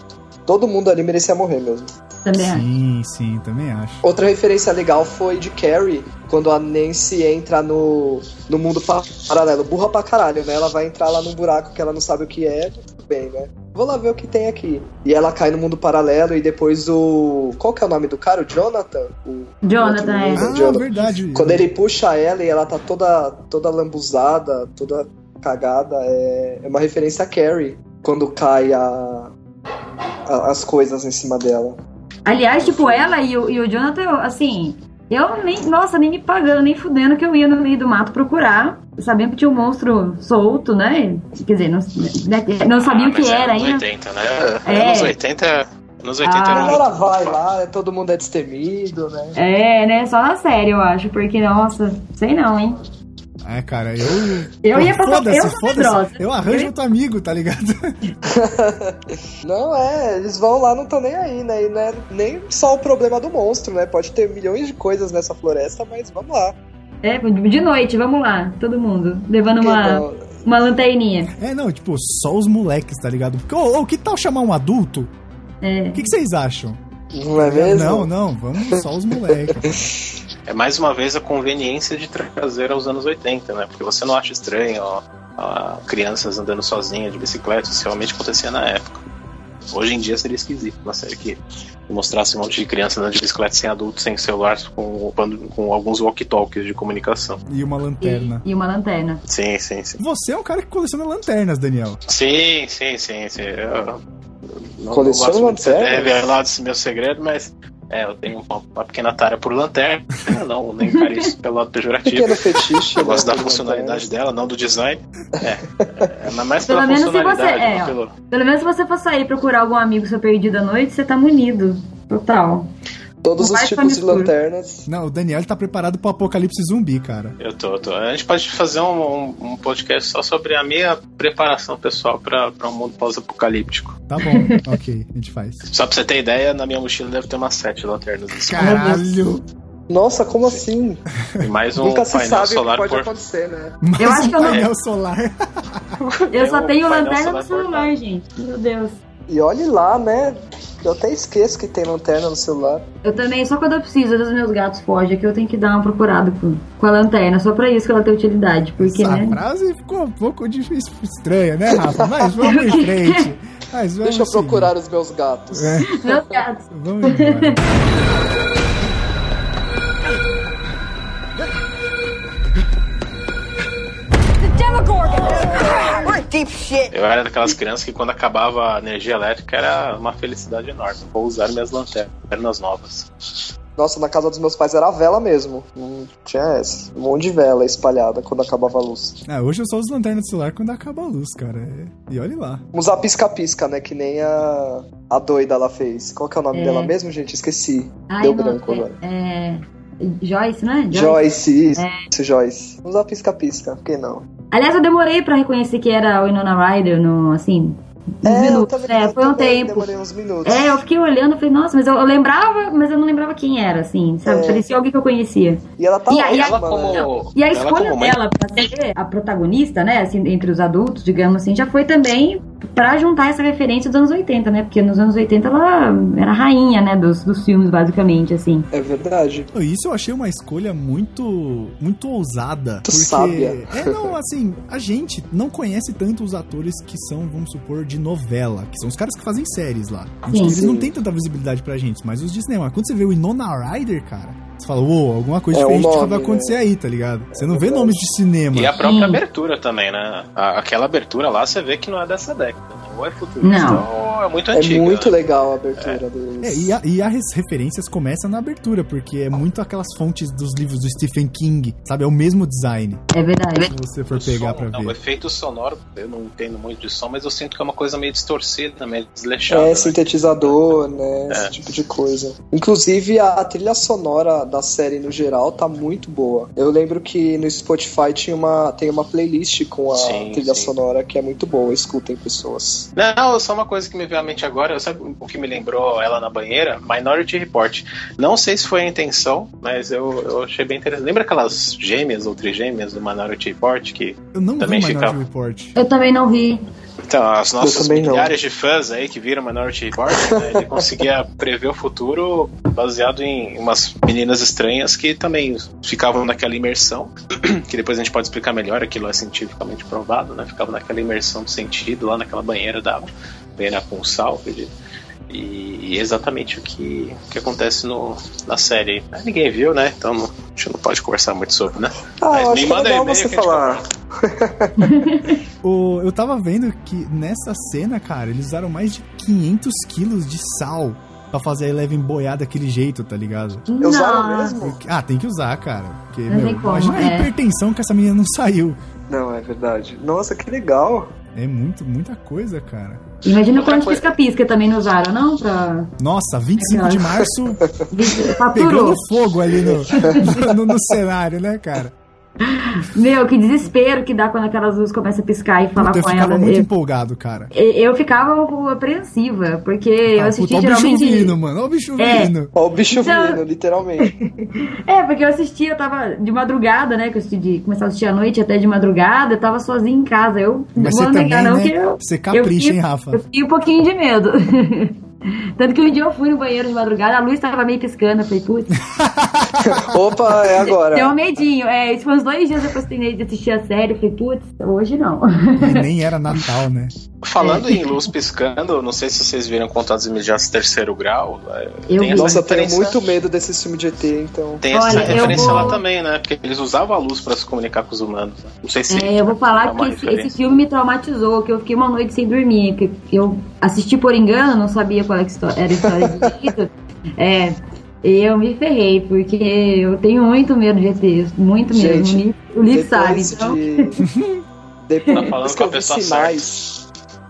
B: Todo mundo ali merecia morrer mesmo.
D: Também é. acho.
A: Sim, sim, também acho.
B: Outra referência legal foi de Carrie, quando a Nancy entra no, no mundo pa- paralelo. Burra pra caralho, né? Ela vai entrar lá num buraco que ela não sabe o que é, tudo bem, né? Vou lá ver o que tem aqui. E ela cai no mundo paralelo e depois o. Qual que é o nome do cara? O Jonathan? O
D: Jonathan, é.
B: Outro
A: Ah,
B: Jonathan.
A: verdade.
B: Quando ele puxa ela e ela tá toda, toda lambuzada, toda cagada, é, é uma referência a Carrie. Quando cai a, a- as coisas em cima dela.
D: Aliás, tipo, ela e o, e o Jonathan, eu, assim, eu nem, nossa, nem me pagando, nem fudendo que eu ia no meio do mato procurar, sabendo que tinha um monstro solto, né? Quer dizer, não, né, não sabia
C: Ah,
D: o que
C: mas é
D: era
C: anos
D: ainda.
C: 80, né?
D: É.
C: Anos 80. Anos 80
D: Ah.
C: era
B: Quando
C: muito
B: ela vai lá, todo mundo é destemido,
D: [laughs]
B: né?
D: É, né? Só na série, eu acho, porque, nossa, sei não, hein?
A: É, cara, eu.
D: Eu
A: Pô,
D: ia passar- eu sou medrosa.
A: Eu arranjo
D: Eu-
A: outro amigo, tá ligado?
B: Não, é, eles vão lá, não tão nem aí, né? E não é nem só o problema do monstro, né? Pode ter milhões de coisas nessa floresta, mas vamos lá.
D: É, de noite, vamos lá, todo mundo, levando
B: Porque é
D: uma,
B: não-
D: uma lanterninha.
A: É, não, tipo, só os moleques, tá ligado? Porque, ô, ô, que tal chamar um adulto?
D: É.
A: O que, que vocês acham?
B: não é mesmo?
A: Não, não, vamos só os moleques. [laughs]
C: É mais uma vez a conveniência de trazer aos anos 80, né? Porque você não acha estranho ó, a crianças andando sozinhas de bicicleta, isso realmente acontecia na época. Hoje em dia seria esquisito uma série que mostrasse um monte de criança andando de bicicleta sem adulto, sem celular, com, com alguns walkie-talkies de comunicação.
A: e uma lanterna.
D: E, e uma lanterna.
C: Sim, sim, sim.
A: Você é um cara que coleciona lanternas, Daniel.
C: Sim, sim, sim. sim. Eu, não, não
B: Coleciona
C: gosto muito de
B: lanternas?
C: revelar esse meu segredo, mas é, eu tenho uma, uma pequena tara por lanterna. [laughs] Não, nem pareço pelo lado pejorativo.
B: Pequeno fetiche.
C: Tipo, Eu gosto
B: né,
C: da
B: do
C: funcionalidade dela, não do design. É, é mas mais
D: Pelo
C: pela
D: menos se
C: funcionalidade.
D: você- é,
C: não
D: ó.
C: pelo-
D: Pelo menos se você for sair procurar algum amigo seu perdido à noite, você tá munido. Total.
B: Lanterna. Todos
D: Vai
B: os tipos de
D: pra mistura.
B: lanternas.
A: Não, o Daniel tá preparado pro apocalipse zumbi, cara.
C: Eu tô, eu tô. A gente pode fazer um, um- um podcast só sobre a minha preparação pessoal pra pra um mundo pós-apocalíptico.
A: Tá
D: [laughs]
A: bom, ok, a gente faz.
C: Só pra você ter ideia, na minha mochila deve ter umas sete lanternas. assim.
A: Caralho!
B: Nossa, como assim?
C: E mais um
B: Nunca se
C: painel
B: sabe o que
C: solar
B: pode
C: por.
B: acontecer, né?
A: Mais
D: Eu acho
A: um
D: que eu não-
A: painel solar.
D: Eu
C: Tem
D: só
C: o painel
D: tenho lanterna no
C: solar
D: celular,
C: portátil.
D: gente. Meu Deus.
B: E olhe lá, né? Eu até esqueço que tem lanterna no celular.
D: Eu também, só quando eu preciso dos meus gatos fogem, que eu tenho que dar uma procurada com, com a lanterna, só pra isso que ela tem utilidade, porque,
A: Essa
D: né?
A: frase ficou um pouco difícil, estranha, né, Rafa? Mas vamos em frente. Mas vamos
B: Deixa eu
A: seguir.
B: procurar os meus gatos.
A: É,
D: [laughs] Meus gatos.
A: vamos embora.
F: dipshit.
C: Eu era daquelas crianças que quando acabava a energia elétrica era uma felicidade enorme. Vou usar minhas lanternas novas.
B: Nossa, na casa dos meus pais era a vela mesmo. Não tinha essa. Um monte de vela espalhada quando acabava a luz.
A: Ah, hoje eu só uso lanterna do celular quando acaba a luz, cara. É- E olhe lá.
B: Vamos usar pisca-pisca, Um né? Que nem a, a doida lá fez. Qual que é o nome
D: É.
B: dela mesmo, gente? Esqueci.
D: Ai,
B: Deu
D: não,
B: branco
D: é-
B: agora.
D: é, Joyce, né?
B: Joyce, isso, Joyce. Vamos usar pisca-pisca, por que não?
D: Aliás, eu demorei pra reconhecer que era o Winona Ryder no, assim, uns minutos. É, foi um
B: também
D: tempo.
B: Demorei uns minutos.
D: É, eu fiquei olhando e falei, nossa, mas eu, eu lembrava, mas eu não lembrava quem era, assim, sabe?
B: É.
D: Parecia alguém que eu conhecia.
B: E ela tá
D: E aí,
B: ótima,
C: ela como.
B: né?
D: E a
C: ela
D: escolha
C: como mãe-
D: dela pra ser a protagonista, né, assim, entre os adultos, digamos assim, já foi também pra juntar essa referência dos anos 80, né? Porque nos anos 80 ela era a rainha, né, dos, dos filmes, basicamente, assim.
B: É verdade.
A: Pô, Isso eu achei uma escolha muito muito ousada.
B: Muito sábia.
A: É, não, assim, a gente não conhece tanto os atores que são, vamos supor, de novela, que são os caras que fazem séries lá. Então,
D: Sim.
A: eles não
B: Sim.
A: têm tanta visibilidade pra gente, mas os Disney, mas quando você vê o Inona Ryder, cara, você fala, uou, alguma coisa
B: É, o
A: diferente
B: nome,
A: vai acontecer aí, tá ligado? Você não vê
B: verdade.
A: nomes de cinema.
C: E a própria
D: Sim.
C: abertura também, né? A- Aquela abertura lá você vê que não é dessa década. Né? Ou é futurista ou é muito antiga.
B: é muito
C: né?
B: legal a abertura deles.
A: É, e, a- e as referências começam na abertura, porque é muito aquelas fontes dos livros do Stephen King, sabe? É o mesmo design,
D: É verdade.
A: se você for
C: O
A: pegar
C: som,
A: pra
C: não, O
A: ver.
C: efeito sonoro, eu não entendo muito de som, mas eu sinto que é uma coisa meio distorcida, meio desleixada.
B: É,
C: né?
B: sintetizador, né?
C: É.
B: Esse tipo de coisa. Inclusive, a trilha sonora da série no geral tá muito boa. Eu lembro que no Spotify tinha uma, tem uma playlist com a
C: Sim,
B: trilha
C: sim.
B: sonora que é muito boa. Escutem, pessoas.
C: Não, só uma coisa que me veio à mente agora, sabe o que me lembrou ela na banheira? Minority Report. Não sei se foi a intenção, mas eu, eu achei bem interessante. Lembra aquelas gêmeas ou trigêmeas do Minority Report? Que,
A: Eu não
C: Também
A: vi Minority
C: ficava-
A: Report.
D: Eu também não vi.
C: então, os nossos
B: também não.
C: milhares de fãs aí que viram Minority Report, né,
B: [laughs]
C: ele conseguia prever o futuro baseado em umas meninas estranhas que também ficavam naquela imersão, que depois a gente pode explicar melhor, aquilo é cientificamente provado, né? Ficavam naquela imersão do sentido lá naquela banheira da banheira com sal, acredito. E, e é exatamente o que, o que acontece no, na série. Ah, Ninguém viu, né? Então não- a gente não pode conversar muito sobre, né?
B: Ah,
C: Mas
B: eu
C: me
B: acho que é
C: manda
B: legal
C: e-mail
B: você
C: que a gente
B: falar.
A: O- eu tava vendo que nessa cena, cara, eles usaram mais de 500 quilos de sal pra fazer a Eleven boiar daquele jeito, tá ligado?
B: Eu usava
D: Nossa.
B: mesmo?
A: Ah, tem que usar, cara. Porque,
D: Não
A: meu,
D: tem como,
A: imagina a
D: é.
A: hipertensão que essa menina não saiu.
B: Não, é verdade. Nossa, que legal.
A: É muito, muita coisa, cara.
D: Imagina
C: Outra
D: quantos
C: coisa-
D: pisca-pisca também não usaram, não? Pra...
A: Nossa, 25 de
D: [laughs]
A: março pegando
D: Faturou.
A: fogo ali no, no, [laughs] no cenário, né, cara?
D: Meu, que desespero que dá quando aquelas luzes começam a piscar e falar
A: Puta, eu
D: com
A: ficava
D: ela.
A: muito
D: Eu,
A: empolgado, cara.
D: eu ficava um apreensiva, porque eu
A: Ah,
D: assistia
A: puta, ó o bicho
D: geralmente.
A: vindo, mano. Ó o bicho
D: É.
A: vindo.
B: Ó, o bicho
D: Não.
B: vindo, literalmente.
D: É, porque eu assistia, eu tava de madrugada, né? Que eu assisti de, começava a assistir à noite até de madrugada, eu tava sozinha em casa. Eu
A: Mas você
D: vou
A: também,
D: negar, não, que
A: né?
D: eu,
A: Você capricha,
D: fico-
A: hein, Rafa?
D: eu fiquei um pouquinho de medo. [laughs] Tanto que um dia eu fui no banheiro de madrugada, a luz tava meio piscando, eu falei, putz,
B: Opa, é agora.
D: deu um medinho. É, isso foi uns dois dias depois que eu terminei de assistir a série, eu falei, putz, hoje não. [laughs]
A: E nem era Natal, né?
C: Falando
B: É.
C: em luz piscando, não sei se vocês viram Contatos Imediatos Terceiro Grau. é,
D: Eu vi.
C: essa
B: Nossa, eu tenho
C: referência-
B: muito medo desse filme de ET, então.
C: Tem essa
D: Olha, eu
C: referência
D: vou-
C: lá também, né? Porque eles usavam a luz pra se comunicar com os humanos. né? Não sei se.
D: É, eu vou
C: é
D: falar que
C: uma
D: esse,
C: referência.
D: esse filme me traumatizou, que eu fiquei uma noite sem dormir, que eu assisti por engano, não sabia qual é que histó- era a história direito. É, eu me ferrei, porque eu tenho muito medo de ET, muito mesmo.
B: Gente,
D: o Li- o Liv sabe,
B: Depois
C: [laughs]
D: então.
B: de...
C: Tá
B: Depois
C: falando
B: que
C: com
B: eu
C: a
B: vi
C: pessoa
B: sinais.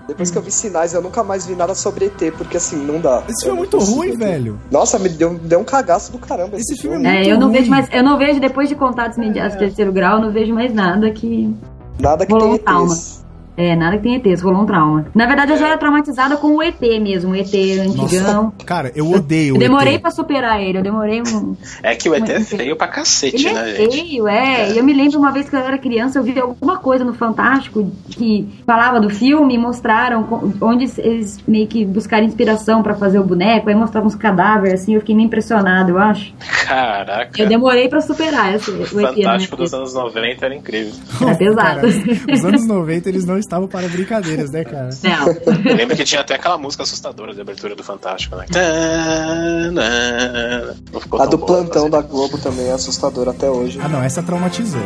B: Depois que eu vi sinais, eu nunca mais vi nada sobre ET, porque assim, não dá.
A: Esse
B: Eu
A: filme é
B: não
A: muito
B: consigo
A: ruim,
B: ver.
A: velho.
B: Nossa, me deu, deu um cagaço do caramba esse,
A: Esse filme
B: filme.
A: é
D: É,
A: muito
D: eu não
A: ruim.
D: vejo mais, eu não vejo depois de contatos imediatos é terceiro grau, eu não vejo mais nada que.
B: Nada que
D: Rolou
B: tenha
D: um trauma.
B: ETs.
D: É, nada que tenha ET, rolou um trauma. Na verdade, eu já era traumatizada com o ET mesmo, o ET antigão.
A: Cara, eu odeio
D: Eu demorei
A: ET.
D: pra superar ele, eu demorei um.
C: É que o ET é
D: Muito
C: feio pra cacete,
D: Ele
C: né,
D: é
C: gente?
D: feio, é. E eu me lembro uma vez que eu era criança, eu vi alguma coisa no Fantástico que falava do filme, e mostraram co- onde eles meio que buscaram inspiração pra fazer o boneco, aí mostravam uns cadáveres, assim, eu fiquei meio impressionado, eu acho.
C: Caraca.
D: Eu demorei pra superar esse o né? ET na minha
C: Fantástico dos
D: vida.
C: anos 90 era incrível.
D: Era pesado.
A: Cara, os anos 90 eles não estavam para brincadeiras, né, cara?
D: Não.
C: Eu lembro que tinha até aquela música assustadora de abertura do Fantástico, né? Tanana. Não ficou
B: A
C: tão
B: do
C: boa,
B: Tá, plantão
C: mas-
B: da Globo também é assustadora até hoje.
A: Ah, não, essa Ah, traumatizou.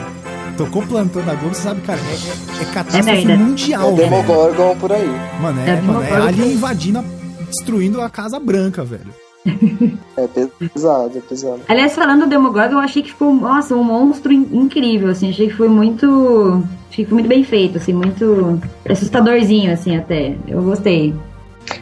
A: tocou plantando a Globo, você sabe, cara, é, é, é
D: É
A: catástrofe
D: merda.
A: mundial,
B: o
A: velho.
B: Demogorgon por aí.
A: Mano, é,
D: É
A: mano, é
D: Demogorgon.
A: alien invadindo, a- destruindo a Casa Branca, velho.
B: É pesado, é pesado.
D: Aliás, falando do Demogorgon, eu achei que ficou, nossa, um monstro in- incrível, assim, achei que foi muito, achei que foi muito bem feito, assim, muito assustadorzinho, assim, até, eu gostei.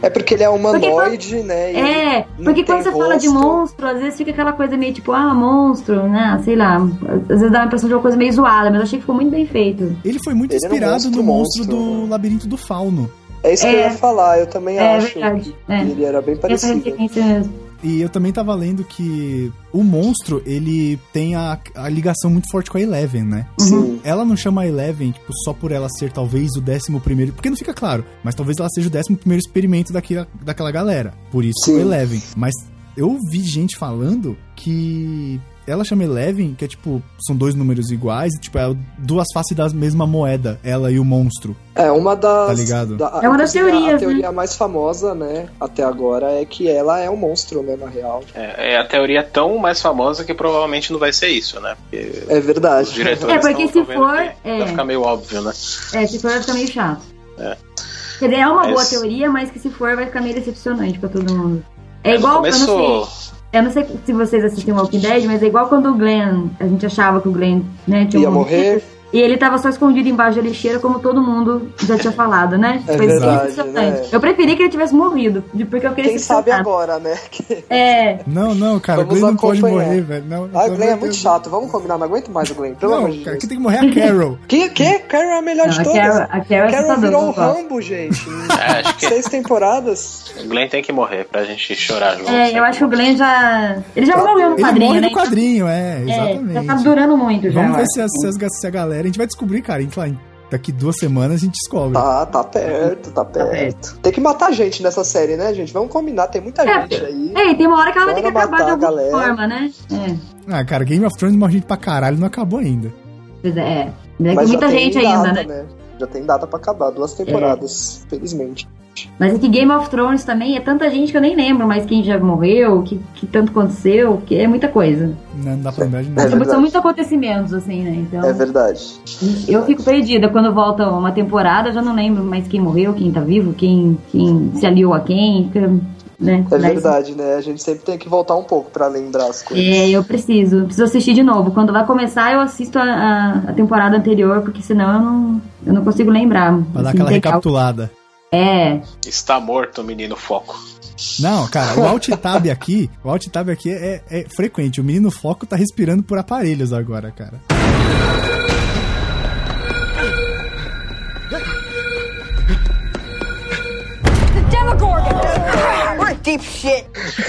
B: É porque ele é humanoide, né? e ele-
D: É,
B: não
D: porque
B: tem
D: quando você fala de
B: rosto.
D: monstro, às vezes fica aquela coisa meio tipo, ah, monstro, né, sei lá, às vezes dá a impressão de uma coisa meio zoada, mas eu achei que ficou muito bem feito.
A: Ele foi muito
B: Ele era um
A: inspirado no monstro,
B: monstro,
A: do
B: né?
A: Labirinto do Fauno.
B: É isso que eu
D: É.
B: ia falar, eu também
D: É,
B: acho.
D: verdade,
B: que
D: é.
B: Ele era bem
D: Essa
B: parecido.
D: referência mesmo.
A: E eu também tava lendo que o monstro, ele tem a, a ligação muito forte com a Eleven, né?
D: Uhum.
B: Sim.
A: Ela não chama a Eleven, tipo, só por ela ser talvez o décimo primeiro, porque não fica claro, mas talvez ela seja o décimo primeiro experimento daquela, daquela galera. Por isso
B: Sim.
A: o Eleven. Mas eu vi gente falando que ela chama Eleven, que é tipo, são dois números iguais, e, tipo, é duas faces da mesma moeda, ela e o monstro.
B: É uma das.
A: Tá ligado?
B: da-
D: É uma das
B: inclusive,
D: teorias,
B: A teoria mais famosa, né, até agora, é que ela é um monstro, né, na real.
C: É, é a teoria tão mais famosa que provavelmente não vai ser isso, né? Porque
B: É
C: os
B: verdade.
C: diretores
D: É, porque
C: tão-
D: se
C: tão vendo
D: for,
C: que
D: é.
C: Vai ficar meio óbvio, né?
D: É, se for vai ficar meio chato. Quer dizer, é uma
C: Mas-
D: boa teoria, mas que se for vai ficar meio decepcionante pra todo mundo. É
C: Mas
D: igual, eu não sei,
C: começou.
D: Eu não sei se vocês assistem Walking Dead, mas é igual quando o Glenn, a gente achava que o Glenn né, tinha
B: Ia
D: morrido,
B: morrer.
D: E ele tava só escondido embaixo da lixeira, como todo mundo já tinha falado, né?
B: É
D: bem
B: verdade,
D: decepcionante.
B: né?
D: Eu preferi que ele tivesse morrido, de- porque eu queria
B: Quem
D: ser
B: sabe
D: chocada.
B: agora, né? Que-
D: É,
A: Não, não, cara, o
B: Vamos
A: Glenn não pode
B: acompanhar.
A: morrer, velho. Não,
B: Ah,
A: pelo
B: o Glenn
A: amor de
B: é muito
A: Deus.
B: chato. Vamos combinar, não aguento mais o Glenn, pelo amor
A: Não,
B: de
A: cara,
B: Deus.
A: quem tem que morrer
D: [laughs]
A: é a Carol.
B: Que, que? Carol é a melhor de
D: não, a
B: todas.
D: Carol, a Carol é
B: Carol
D: assustadora.
B: virou o
D: eu gosto.
B: Rambo, gente.
C: É, acho que
B: Seis temporadas.
C: o Glenn tem que morrer pra gente chorar né? junto.
D: É, eu acho que o Glenn já. Ele já morreu no
A: Ele
D: quadrinho,
A: morre
D: né?
A: no quadrinho, é,
D: É, já tá
A: exatamente.
D: durando muito já.
A: Vamos
D: eu
A: ver
D: acho.
A: se, as- se as- se a galera. A gente vai descobrir, cara. em- lá, em- Daqui duas semanas a gente descobre.
B: Tá, tá perto, tá perto. Tem que matar gente nessa série, né, gente? Vamos combinar, tem muita
D: É,
B: gente aí.
D: É, e tem uma hora que ela vai ter que
B: Bora
D: acabar
B: matar
D: de
B: a
D: alguma
B: galera.
D: forma, né? É,
A: Ah, cara, Game of Thrones morre gente pra caralho, não acabou ainda.
D: pois é. é.
B: Mas
D: Mas tem
B: já
D: muita
B: tem
D: gente
B: data,
D: ainda, né?
B: Já tem data pra acabar, duas temporadas, felizmente.
D: Mas é que Game of Thrones também é tanta gente que eu nem lembro mais quem já morreu, que, que tanto aconteceu, que é muita coisa.
A: Não, não dá pra né? lembrar de
B: É
A: nada.
B: verdade.
D: São muitos acontecimentos, assim, né? Então,
B: É verdade.
D: eu fico perdida. Quando volta uma temporada, eu já não lembro mais quem morreu, quem tá vivo, quem, quem se aliou a quem, fica, né?
B: É
D: Mas-
B: verdade, né? A gente sempre tem que voltar um pouco pra lembrar as coisas.
D: É, eu preciso. Preciso assistir de novo. Quando vai começar, eu assisto a, a- a temporada anterior, porque senão eu não, eu não consigo lembrar.
B: É,
A: Pra dar
D: assim,
A: aquela
D: legal.
A: recapitulada.
D: É,
C: Está morto, menino foco.
A: Não, cara, o Alt Tab aqui, o Alt Tab aqui é, é frequente. O menino foco tá respirando por aparelhos agora, cara.
F: We're deep shit.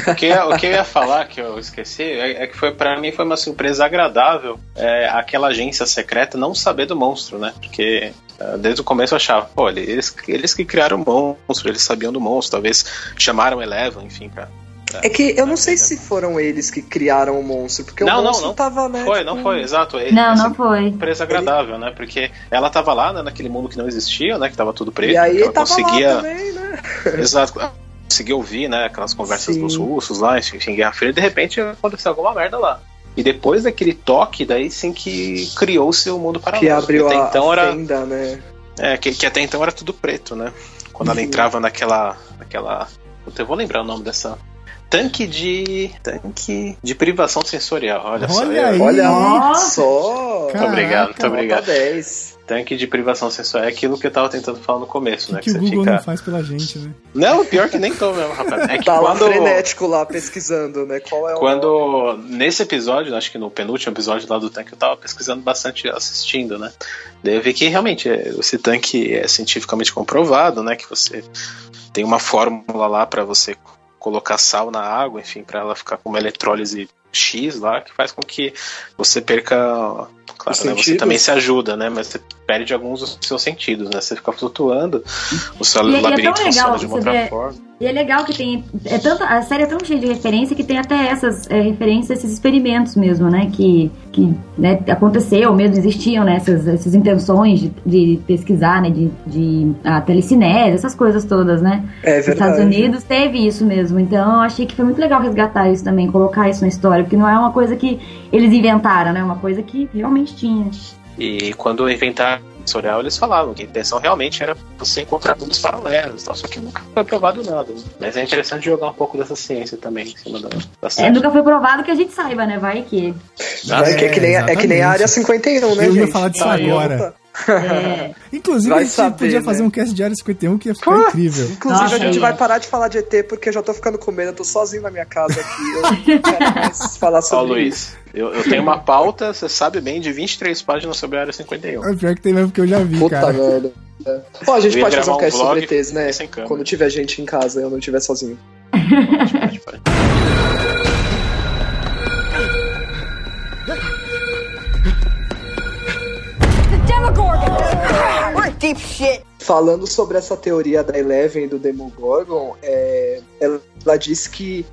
C: O que, eu- o que eu ia falar, que eu esqueci, é, é que foi para mim foi uma surpresa agradável é, aquela agência secreta não saber do monstro, né? Porque ah, desde o começo eu achava, pô, eles, eles que criaram o monstro, eles sabiam do monstro, talvez chamaram Eleven, enfim, pra.
B: É que eu não sei se foram eles que criaram o monstro, porque
C: Não,
B: o
C: não,
B: monstro
C: não.
B: tava, né?
C: Foi, não foi, exato. e-
D: não,
C: essa
D: não foi.
C: surpresa agradável, né? Porque ela tava lá, né, naquele mundo que não existia, né? Que tava tudo preto.
B: E aí
C: que ela
B: ele tava
C: conseguia.
B: lá também, né?
C: Exato. Ah, Conseguiu ouvir, né, aquelas conversas
B: Sim.
C: dos russos lá, enfim, em Guerra Fria, e de repente aconteceu alguma merda lá. E depois daquele toque, daí sim que criou-se o mundo paralelo.
B: Que abriu
C: até
B: a
C: então era,
B: fenda, né?
C: é, que, que até então era tudo preto, né? Quando ela
B: Uhum.
C: entrava naquela. naquela. Puta, eu vou lembrar o nome dessa. Tanque de. Tanque de privação sensorial. Olha, só.
A: Olha
C: eu-
A: aí.
B: Olha
D: Nossa.
B: só!
A: Caraca,
C: obrigado, muito
B: Nota
C: obrigado.
B: 10.
C: Tanque de privação sensorial. É aquilo que eu tava tentando falar no começo,
A: O
B: é
C: né?
A: que, o
C: você
A: Google não
C: fica.
A: faz pela gente, né?
C: Não, pior que nem tô mesmo, rapaz. É que
B: Tá lá
C: quando.
B: frenético lá pesquisando, né? Qual é o.
C: Quando, nesse episódio, acho que no penúltimo episódio lá do tanque, eu tava pesquisando bastante, assistindo, né? Daí eu vi que realmente é, esse tanque é cientificamente comprovado, né? Que você tem uma fórmula lá pra você c- colocar sal na água, enfim, pra ela ficar com uma eletrólise X lá, que faz com que você perca. Claro, né, você
B: sentidos.
C: também se ajuda, né? Mas você perde alguns dos seus sentidos, né? Você fica flutuando, o seu
D: E- e é tão
C: labirinto funciona
D: legal
C: de uma
D: você
C: outra
D: ver-
C: forma.
D: E é legal que tem. É tanta, a série é tão cheia de referência que tem até essas é, referências, esses experimentos mesmo, né? Que, que né, aconteceu, mesmo existiam, né? Essas, essas intenções de, de pesquisar, né? De, de a telecinese, essas coisas todas, né?
B: É
D: Nos Estados
B: verdade.
D: Unidos teve isso mesmo. Então eu achei que foi muito legal resgatar isso também, colocar isso na história, porque não é uma coisa que eles inventaram, né? É uma coisa que realmente tinha.
C: E quando inventaram o sensorial, eles falavam que a intenção realmente era você encontrar mundos paralelos, e tal, só que nunca foi provado nada. né? Mas é interessante jogar um pouco dessa ciência também em cima da, da
D: É,
C: série.
D: nunca foi provado que a gente saiba, né? Vai que.
B: Vai que é, que nem, é que nem a área 51, né,
A: Eu ia
B: gente?
A: falar
C: Tá
A: disso
B: Aí,
A: agora.
B: opa.
D: É,
A: Inclusive,
B: Vai
A: a gente
B: saber,
A: podia fazer
B: né?
A: um cast de Área 51 que ia ficar
B: Pô,
A: incrível.
B: [laughs] Inclusive,
D: Nossa,
B: a gente
D: gente.
B: vai parar de falar de ET porque eu já tô ficando com medo, eu tô sozinho na minha casa aqui. Eu não quero
C: [laughs]
B: mais falar
C: Ó,
B: sobre isso.
C: Luiz, eu, eu tenho uma pauta, você sabe bem, de 23 páginas sobre a área 51.
A: É pior que tem mesmo que eu já vi,
B: Puta
A: cara.
B: merda. É. Ó, a gente
C: Eu ia
B: pode fazer um
C: gravar um
B: cast sobre
C: vlog
B: ETs, né?
C: sem câmera.
B: Quando tiver gente em casa, eu não estiver sozinho.
C: Pode, pode.
F: The Demogorgon does crap. We're deep shit.
B: Falando sobre essa teoria da Eleven e do Demogorgon, é, ela, ela diz que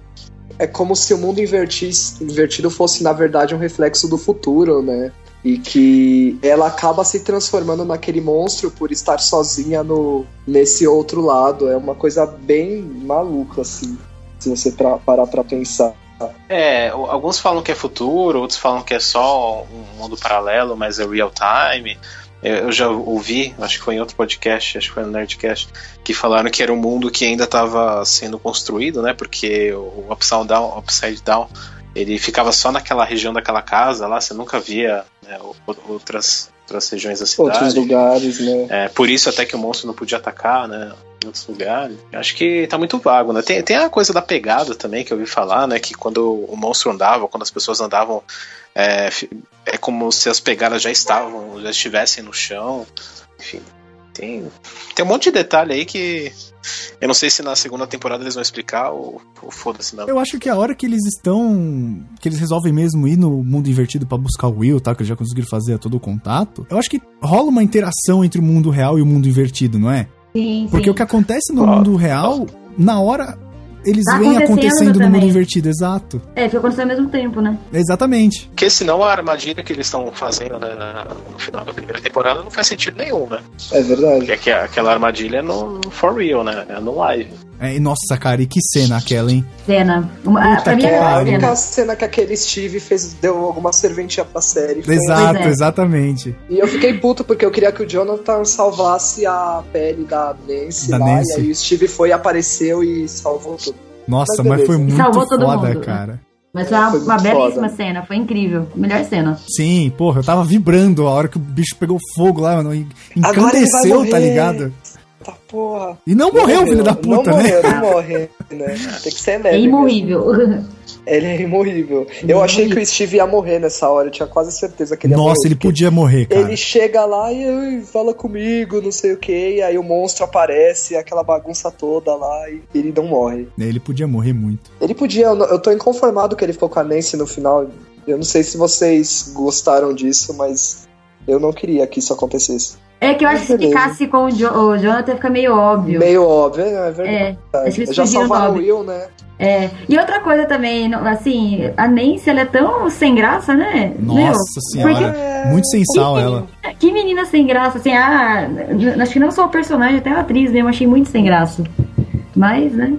B: é como se o mundo invertisse- invertido fosse, na verdade, um reflexo do futuro, né? E que ela acaba se transformando naquele monstro por estar sozinha no, nesse outro lado. É uma coisa bem maluca, assim, se você pra- parar pra pensar.
C: É, o- alguns falam que é futuro, outros falam que é só um mundo paralelo, mas é real time. Eu, eu já ouvi, acho que foi em outro podcast, acho que foi no Nerdcast, que falaram que era um mundo que ainda estava sendo construído, né? Porque o Upside Down, upside down ele ficava só naquela região daquela casa lá, você nunca via né, o- outras, outras regiões da cidade.
B: Outros lugares, né?
C: É, por isso até que o monstro não podia atacar, né? Em outros lugares. Eu Acho que tá muito vago, né? Tem, tem a coisa da pegada também que eu ouvi falar, né? Que quando o monstro andava, quando as pessoas andavam, é, fi- é como se as pegadas já estavam, já estivessem no chão. Enfim, tem, tem um monte de detalhe aí que eu não sei se na segunda temporada eles vão explicar ou, ou foda-se, não.
A: Eu acho que a hora que eles estão. que eles resolvem mesmo ir no mundo invertido pra buscar o Will, tá? Que eles já conseguiram fazer todo o contato. Eu acho que rola uma interação entre o mundo real e o mundo invertido, não é?
D: sim,
A: Porque
D: sim.
A: o que acontece no
C: Claro.
A: mundo real, na hora, eles
D: Tá
A: vêm
D: acontecendo
A: acontecendo no mundo
D: também.
A: invertido, exato.
D: É, fica acontecendo ao mesmo tempo, né?
A: Exatamente.
C: Porque senão a armadilha que eles estão fazendo né, na- no final da primeira temporada não faz sentido nenhum, né?
B: É verdade.
C: Porque aqua- aquela armadilha é no, no for real, né? É no live.
A: É, e nossa, cara, e que cena aquela, hein?
D: Cena. Uma,
A: Puta
D: pra mim
A: que
D: é
B: É, a
D: a
A: pariu.
D: melhor
B: única
D: cena.
B: cena que aquele Steve fez deu alguma serventia pra série. foi-
A: Exato,
D: Pois é.
A: exatamente.
B: E eu fiquei puto porque eu queria que o Jonathan salvasse a pele da Nancy
A: Da
B: lá.
A: Nancy.
B: E aí o Steve foi, apareceu e salvou tudo.
A: Nossa,
B: Mas
A: mas foi
B: beleza.
A: muito
D: Salvou todo
A: foda,
D: mundo, né?
A: cara.
D: Mas foi uma,
B: Foi
D: uma
B: muito
D: belíssima
B: foda.
D: cena, foi incrível. Melhor cena.
A: Sim, porra, eu tava vibrando a hora que o bicho pegou fogo lá, mano. en-
B: Agora ele vai
A: Encandeceu, tá
B: morrer.
A: ligado?
B: Tá porra.
A: E não morreu, filho da puta,
B: não
A: né?
B: Morreu, não morreu, né? Tem que ser leve.
D: É
B: mesmo.
D: imorrível. [laughs]
B: Ele é imorrível. Eu
D: Imorrível.
B: achei que o Steve ia morrer nessa hora, eu tinha quase certeza que ele ia morrer.
A: Nossa, ele
B: porque
A: podia morrer, cara.
B: Ele chega lá e "Ai, fala comigo, não sei o que, e aí o monstro aparece, aquela bagunça toda lá, e ele não morre.
A: Ele podia morrer muito.
B: Ele podia, eu, não- eu tô inconformado que ele ficou com a Nancy no final. Eu não sei se vocês gostaram disso, mas eu não queria que isso acontecesse.
D: É que eu acho que se
B: Beleza.
D: ficasse com o, Jo- o Jonathan fica meio óbvio.
B: Meio óbvio, é verdade.
D: É, acho que eles
B: Já
D: fugiram do
B: salvaram o
D: óbvio.
B: Will, né?
D: É. E outra coisa também, não- assim, a Nancy, ela é tão sem graça, né? Meu,
A: Nossa senhora, muito sensal ela.
D: que menina sem graça, assim, ah, acho que não só o personagem, até a atriz mesmo, achei muito sem graça. Mas, né?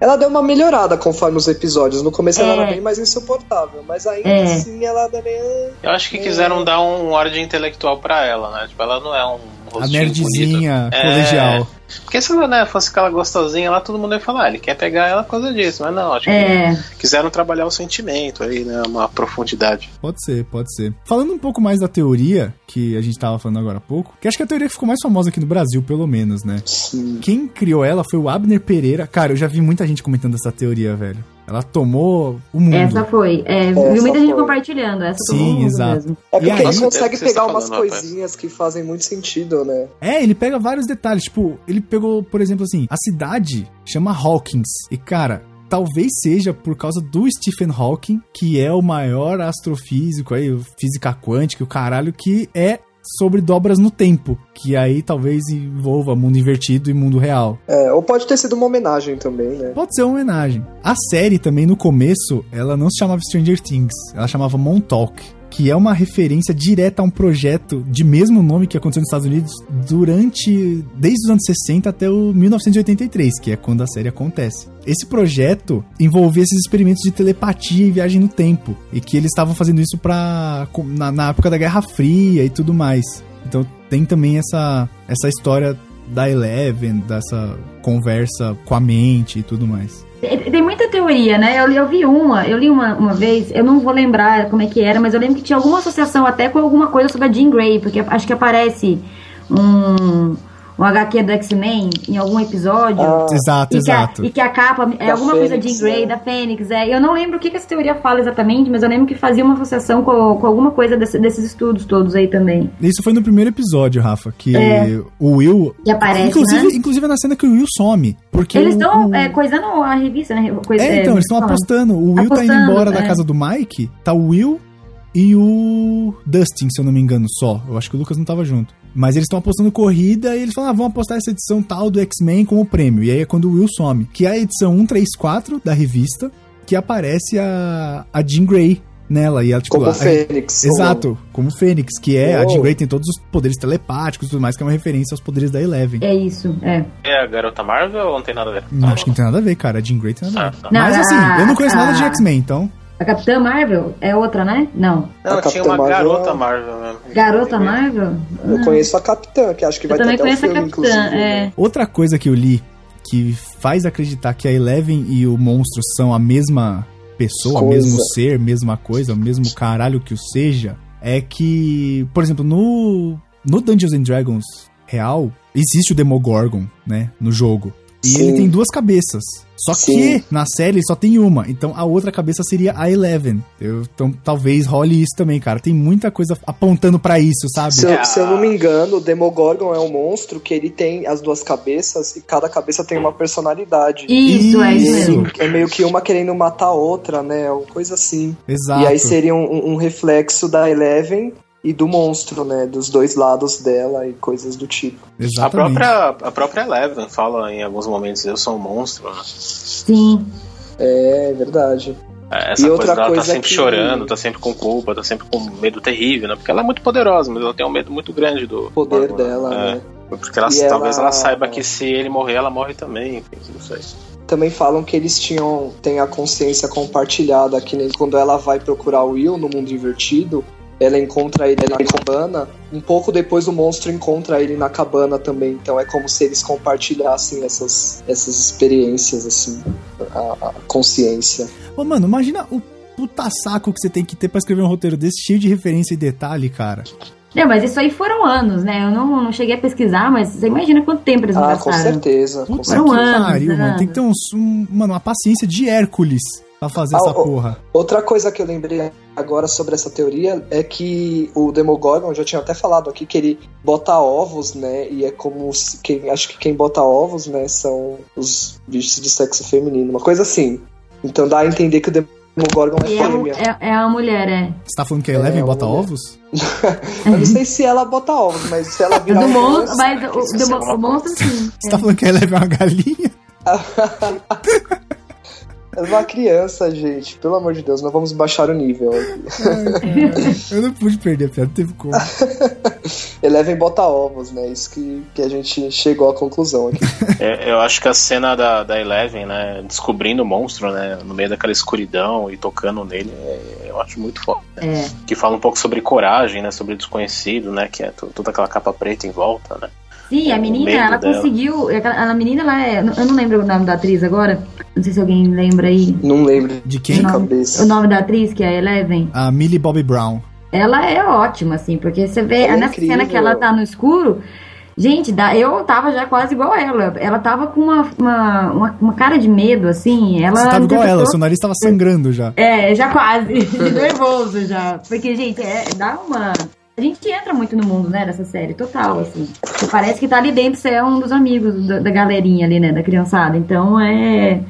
B: Ela deu uma melhorada conforme os episódios. No começo ela
D: É.
B: era bem mais insuportável, mas ainda
D: É.
B: assim ela era meio.
C: Eu acho que quiseram dar um ordem intelectual pra ela, né? Tipo, ela não é um
A: A
C: rostinho bonito.
A: nerdzinha
C: É.
A: colegial.
C: Porque se ela né, fosse aquela gostosinha lá, todo mundo ia falar, ah, ele quer pegar ela por causa disso. Mas não, acho que
D: É.
C: quiseram trabalhar o sentimento aí, né? Uma profundidade.
A: Pode ser, pode ser. Falando um pouco mais da teoria que a gente tava falando agora há pouco, que acho que é a teoria que ficou mais famosa aqui no Brasil, pelo menos, né?
B: Sim.
A: Quem criou ela foi o Abner Pereira. Cara, eu já vi muita gente comentando essa teoria, velho. Ela tomou o mundo.
D: Essa foi. É,
B: Essa
D: viu muita gente
B: foi.
D: compartilhando. Essa
A: Sim,
D: todo mundo
A: exato.
D: mesmo.
A: E
B: É
A: aí?
B: porque eles
C: Nossa,
B: conseguem
C: o que você
B: pegar
C: tá
B: umas
C: falando, rapaz?
B: coisinhas que fazem muito sentido, né?
A: É, ele pega vários detalhes. Tipo, ele pegou, por exemplo, assim, a cidade chama Hawkins. E, cara, talvez seja por causa do Stephen Hawking, que é o maior astrofísico aí, o física quântica, o caralho, que é sobre dobras no tempo. Que aí talvez envolva mundo invertido e mundo real.
B: É, ou pode ter sido uma homenagem também, né?
A: Pode ser uma homenagem. A série também, no começo, ela não se chamava Stranger Things, ela chamava Montauk. que é uma referência direta a um projeto de mesmo nome que aconteceu nos Estados Unidos durante desde os anos 60 até o 1983, que é quando a série acontece. Esse projeto envolvia esses experimentos de telepatia e viagem no tempo, e que eles estavam fazendo isso para na, na época da Guerra Fria e tudo mais. Então tem também essa essa história da Eleven, dessa conversa com a mente e tudo mais.
D: É, Tem muita teoria, né? Eu, eu vi uma, eu li uma, uma vez, eu não vou lembrar como é que era, mas eu lembro que tinha alguma associação até com alguma coisa sobre a Jean Grey, porque acho que aparece um, um HQ do X-Men em algum episódio.
B: Ah,
A: Exato,
D: e que, a,
A: exato.
D: e que a capa é
B: Da
D: alguma coisa de
B: Fênix,
D: Jean Grey,
B: né?
D: da Fênix. É. Eu não lembro o que, que essa teoria fala exatamente, mas eu lembro que fazia uma associação com, com alguma coisa desse- desses estudos todos aí também.
A: Isso foi no primeiro episódio, Rafa, que
D: É.
A: o Will.
D: Que aparece,
A: inclusive,
D: né?
A: inclusive é na cena que o Will some. Porque
D: Eles
A: o-
D: estão
A: o-
D: é, coisando a revista, né? Coisa,
A: É, então, eles estão
D: falando.
A: apostando. O Will tá indo
D: Apostando,
A: embora da
D: é.
A: casa do Mike, tá o Will e o Dustin, se eu não me engano, só. Eu acho que o Lucas não tava junto. Mas eles estão apostando corrida e eles falam, ah, vamos apostar essa edição tal do X-Men como prêmio. E aí é quando o Will some. Que é a edição 134 da revista, que aparece a, a Jean Grey nela. E ela, tipo,
B: Como
A: a-
B: o Fênix.
A: Exato, como o Fênix, que é a
B: Uou.
A: Jean Grey tem todos os poderes telepáticos e tudo mais, que é uma referência aos poderes da Eleven.
D: É isso, é.
C: É a garota Marvel ou não tem nada a ver?
A: Não, acho que não tem nada a ver, cara. A Jean Grey tem nada a ver.
C: Ah,
D: tá.
A: Mas
D: Não,
A: assim, eu não conheço nada de
D: ah.
A: X-Men, então.
D: A Capitã Marvel é outra, né? Não.
C: Não,
B: A
C: tinha
B: Capitã
C: uma
B: Marvel-
C: garota Marvel mesmo.
D: Garota Marvel?
B: Eu conheço a Capitã, que acho que
D: Eu
B: vai ter
D: também
B: até um
D: conheço a
B: filme,
D: Capitã,
B: inclusive. né?
D: é.
A: Outra coisa que eu li que faz acreditar que a Eleven e o monstro são a mesma pessoa, o
B: Coisa.
A: mesmo ser, mesma coisa, o mesmo caralho que o seja, é que, por exemplo, no, no Dungeons and Dragons real, existe o Demogorgon, né, no jogo. E
B: Sim.
A: ele tem duas cabeças. Só
B: Sim.
A: que na série só tem uma. Então a outra cabeça seria a Eleven. Eu- então talvez role isso também, cara. Tem muita coisa apontando pra isso, sabe?
B: Se eu,
C: É,
B: se eu não me engano, o Demogorgon é um monstro que ele tem as duas cabeças e cada cabeça tem uma personalidade.
D: Isso, é isso
A: Isso.
D: mesmo.
B: É meio que uma querendo matar a outra, né? Uma coisa assim.
A: Exato.
B: E aí seria um- um, um reflexo da Eleven e do monstro, né? Dos dois lados dela e coisas do tipo.
C: A
A: Exatamente.
C: própria, a própria Eleven fala em alguns momentos, eu sou um monstro. né?
D: Sim.
B: É verdade.
C: Essa
B: E outra
C: coisa dela
B: coisa
C: tá sempre
B: que-
C: chorando, tá sempre com culpa, tá sempre com medo terrível, né? Porque ela é muito poderosa, mas ela tem um medo muito grande do
B: O poder
C: Marvel, né?
B: dela,
C: É.
B: né?
C: Porque ela-
B: E
C: talvez
B: ela-
C: ela saiba que se ele morrer, ela morre também, enfim, não
B: [laughs]
C: sei.
B: Também falam que eles tinham têm a consciência compartilhada, que nem quando ela vai procurar o Will no mundo invertido, ela encontra ele na cabana. Um pouco depois o monstro encontra ele na cabana também. Então é como se eles compartilhassem essas, essas experiências, assim, a, a consciência.
A: Ô, mano, imagina o puta saco que você tem que ter pra escrever um roteiro desse, cheio de referência e detalhe, cara.
D: Não, mas isso aí foram anos, né? Eu não, não cheguei a pesquisar, mas você imagina quanto tempo eles não
B: Ah, com
D: passaram.
B: certeza. Com
A: Puta
B: certeza.
D: Foram
A: que
D: anos,
A: pariu,
D: né?
A: mano. Tem que ter uns- um, mano, uma paciência de Hércules pra fazer
B: Ah,
A: essa
B: o-
A: porra.
B: Outra coisa que eu lembrei agora sobre essa teoria é que o Demogorgon, eu já tinha até falado aqui, que ele bota ovos, né? E é como se quem, acho que quem bota ovos, né, são os bichos de sexo feminino, uma coisa assim. Então dá a entender que o Demogorgon é
D: E é, um-
B: fêmea.
D: é, é uma mulher, é.
A: Você tá falando que a Eleven
B: É,
A: bota
B: olha.
A: ovos?
B: Eu não sei se ela bota ovos, mas se ela
D: Do
B: virar um
D: monstro,
B: monstro-
D: mas o, do
B: é
D: mon- o monstro sim.
A: Você tá falando que a Eleven é uma galinha?
B: Ela é uma criança, gente. Pelo amor de Deus, não vamos baixar o nível.
A: Eu não pude perder a piada, não teve como.
B: Eleven bota ovos, né? Isso que, que a gente chegou à conclusão aqui.
C: É, eu acho que a cena da, da Eleven, né, descobrindo o monstro, né, no meio daquela escuridão e tocando nele, é- eu acho muito foda. né?
D: É.
C: Que fala um pouco sobre coragem, né, sobre o desconhecido, né, que é to- toda aquela capa preta em volta, né.
D: Sim,
B: É
D: a
C: O
D: menina,
C: medo
D: ela
C: dela.
D: conseguiu. aquela- A menina, ela é. Eu não lembro o nome da atriz agora. Não sei se alguém lembra aí.
B: Não lembro
A: De
B: de
A: quem?
D: Não.
B: cabeça.
D: O nome da atriz, que é a Eleven.
A: A Millie Bobby Brown.
D: Ela é ótima, assim, porque você vê
B: Ela é
D: nessa
B: incrível.
D: cena que ela tá no escuro. Gente, dá- eu tava já quase igual ela. Ela tava com uma, uma, uma, uma cara de medo, assim. Ela
A: Você tava igual
D: interpretou-
A: ela, seu nariz tava sangrando já.
D: É, já quase. [laughs] De nervoso já. Porque, gente, é, dá uma. A gente entra muito no mundo, né, dessa série, total, assim. Você parece que tá ali dentro, você é um dos amigos da, da galerinha ali, né, da criançada. Então é.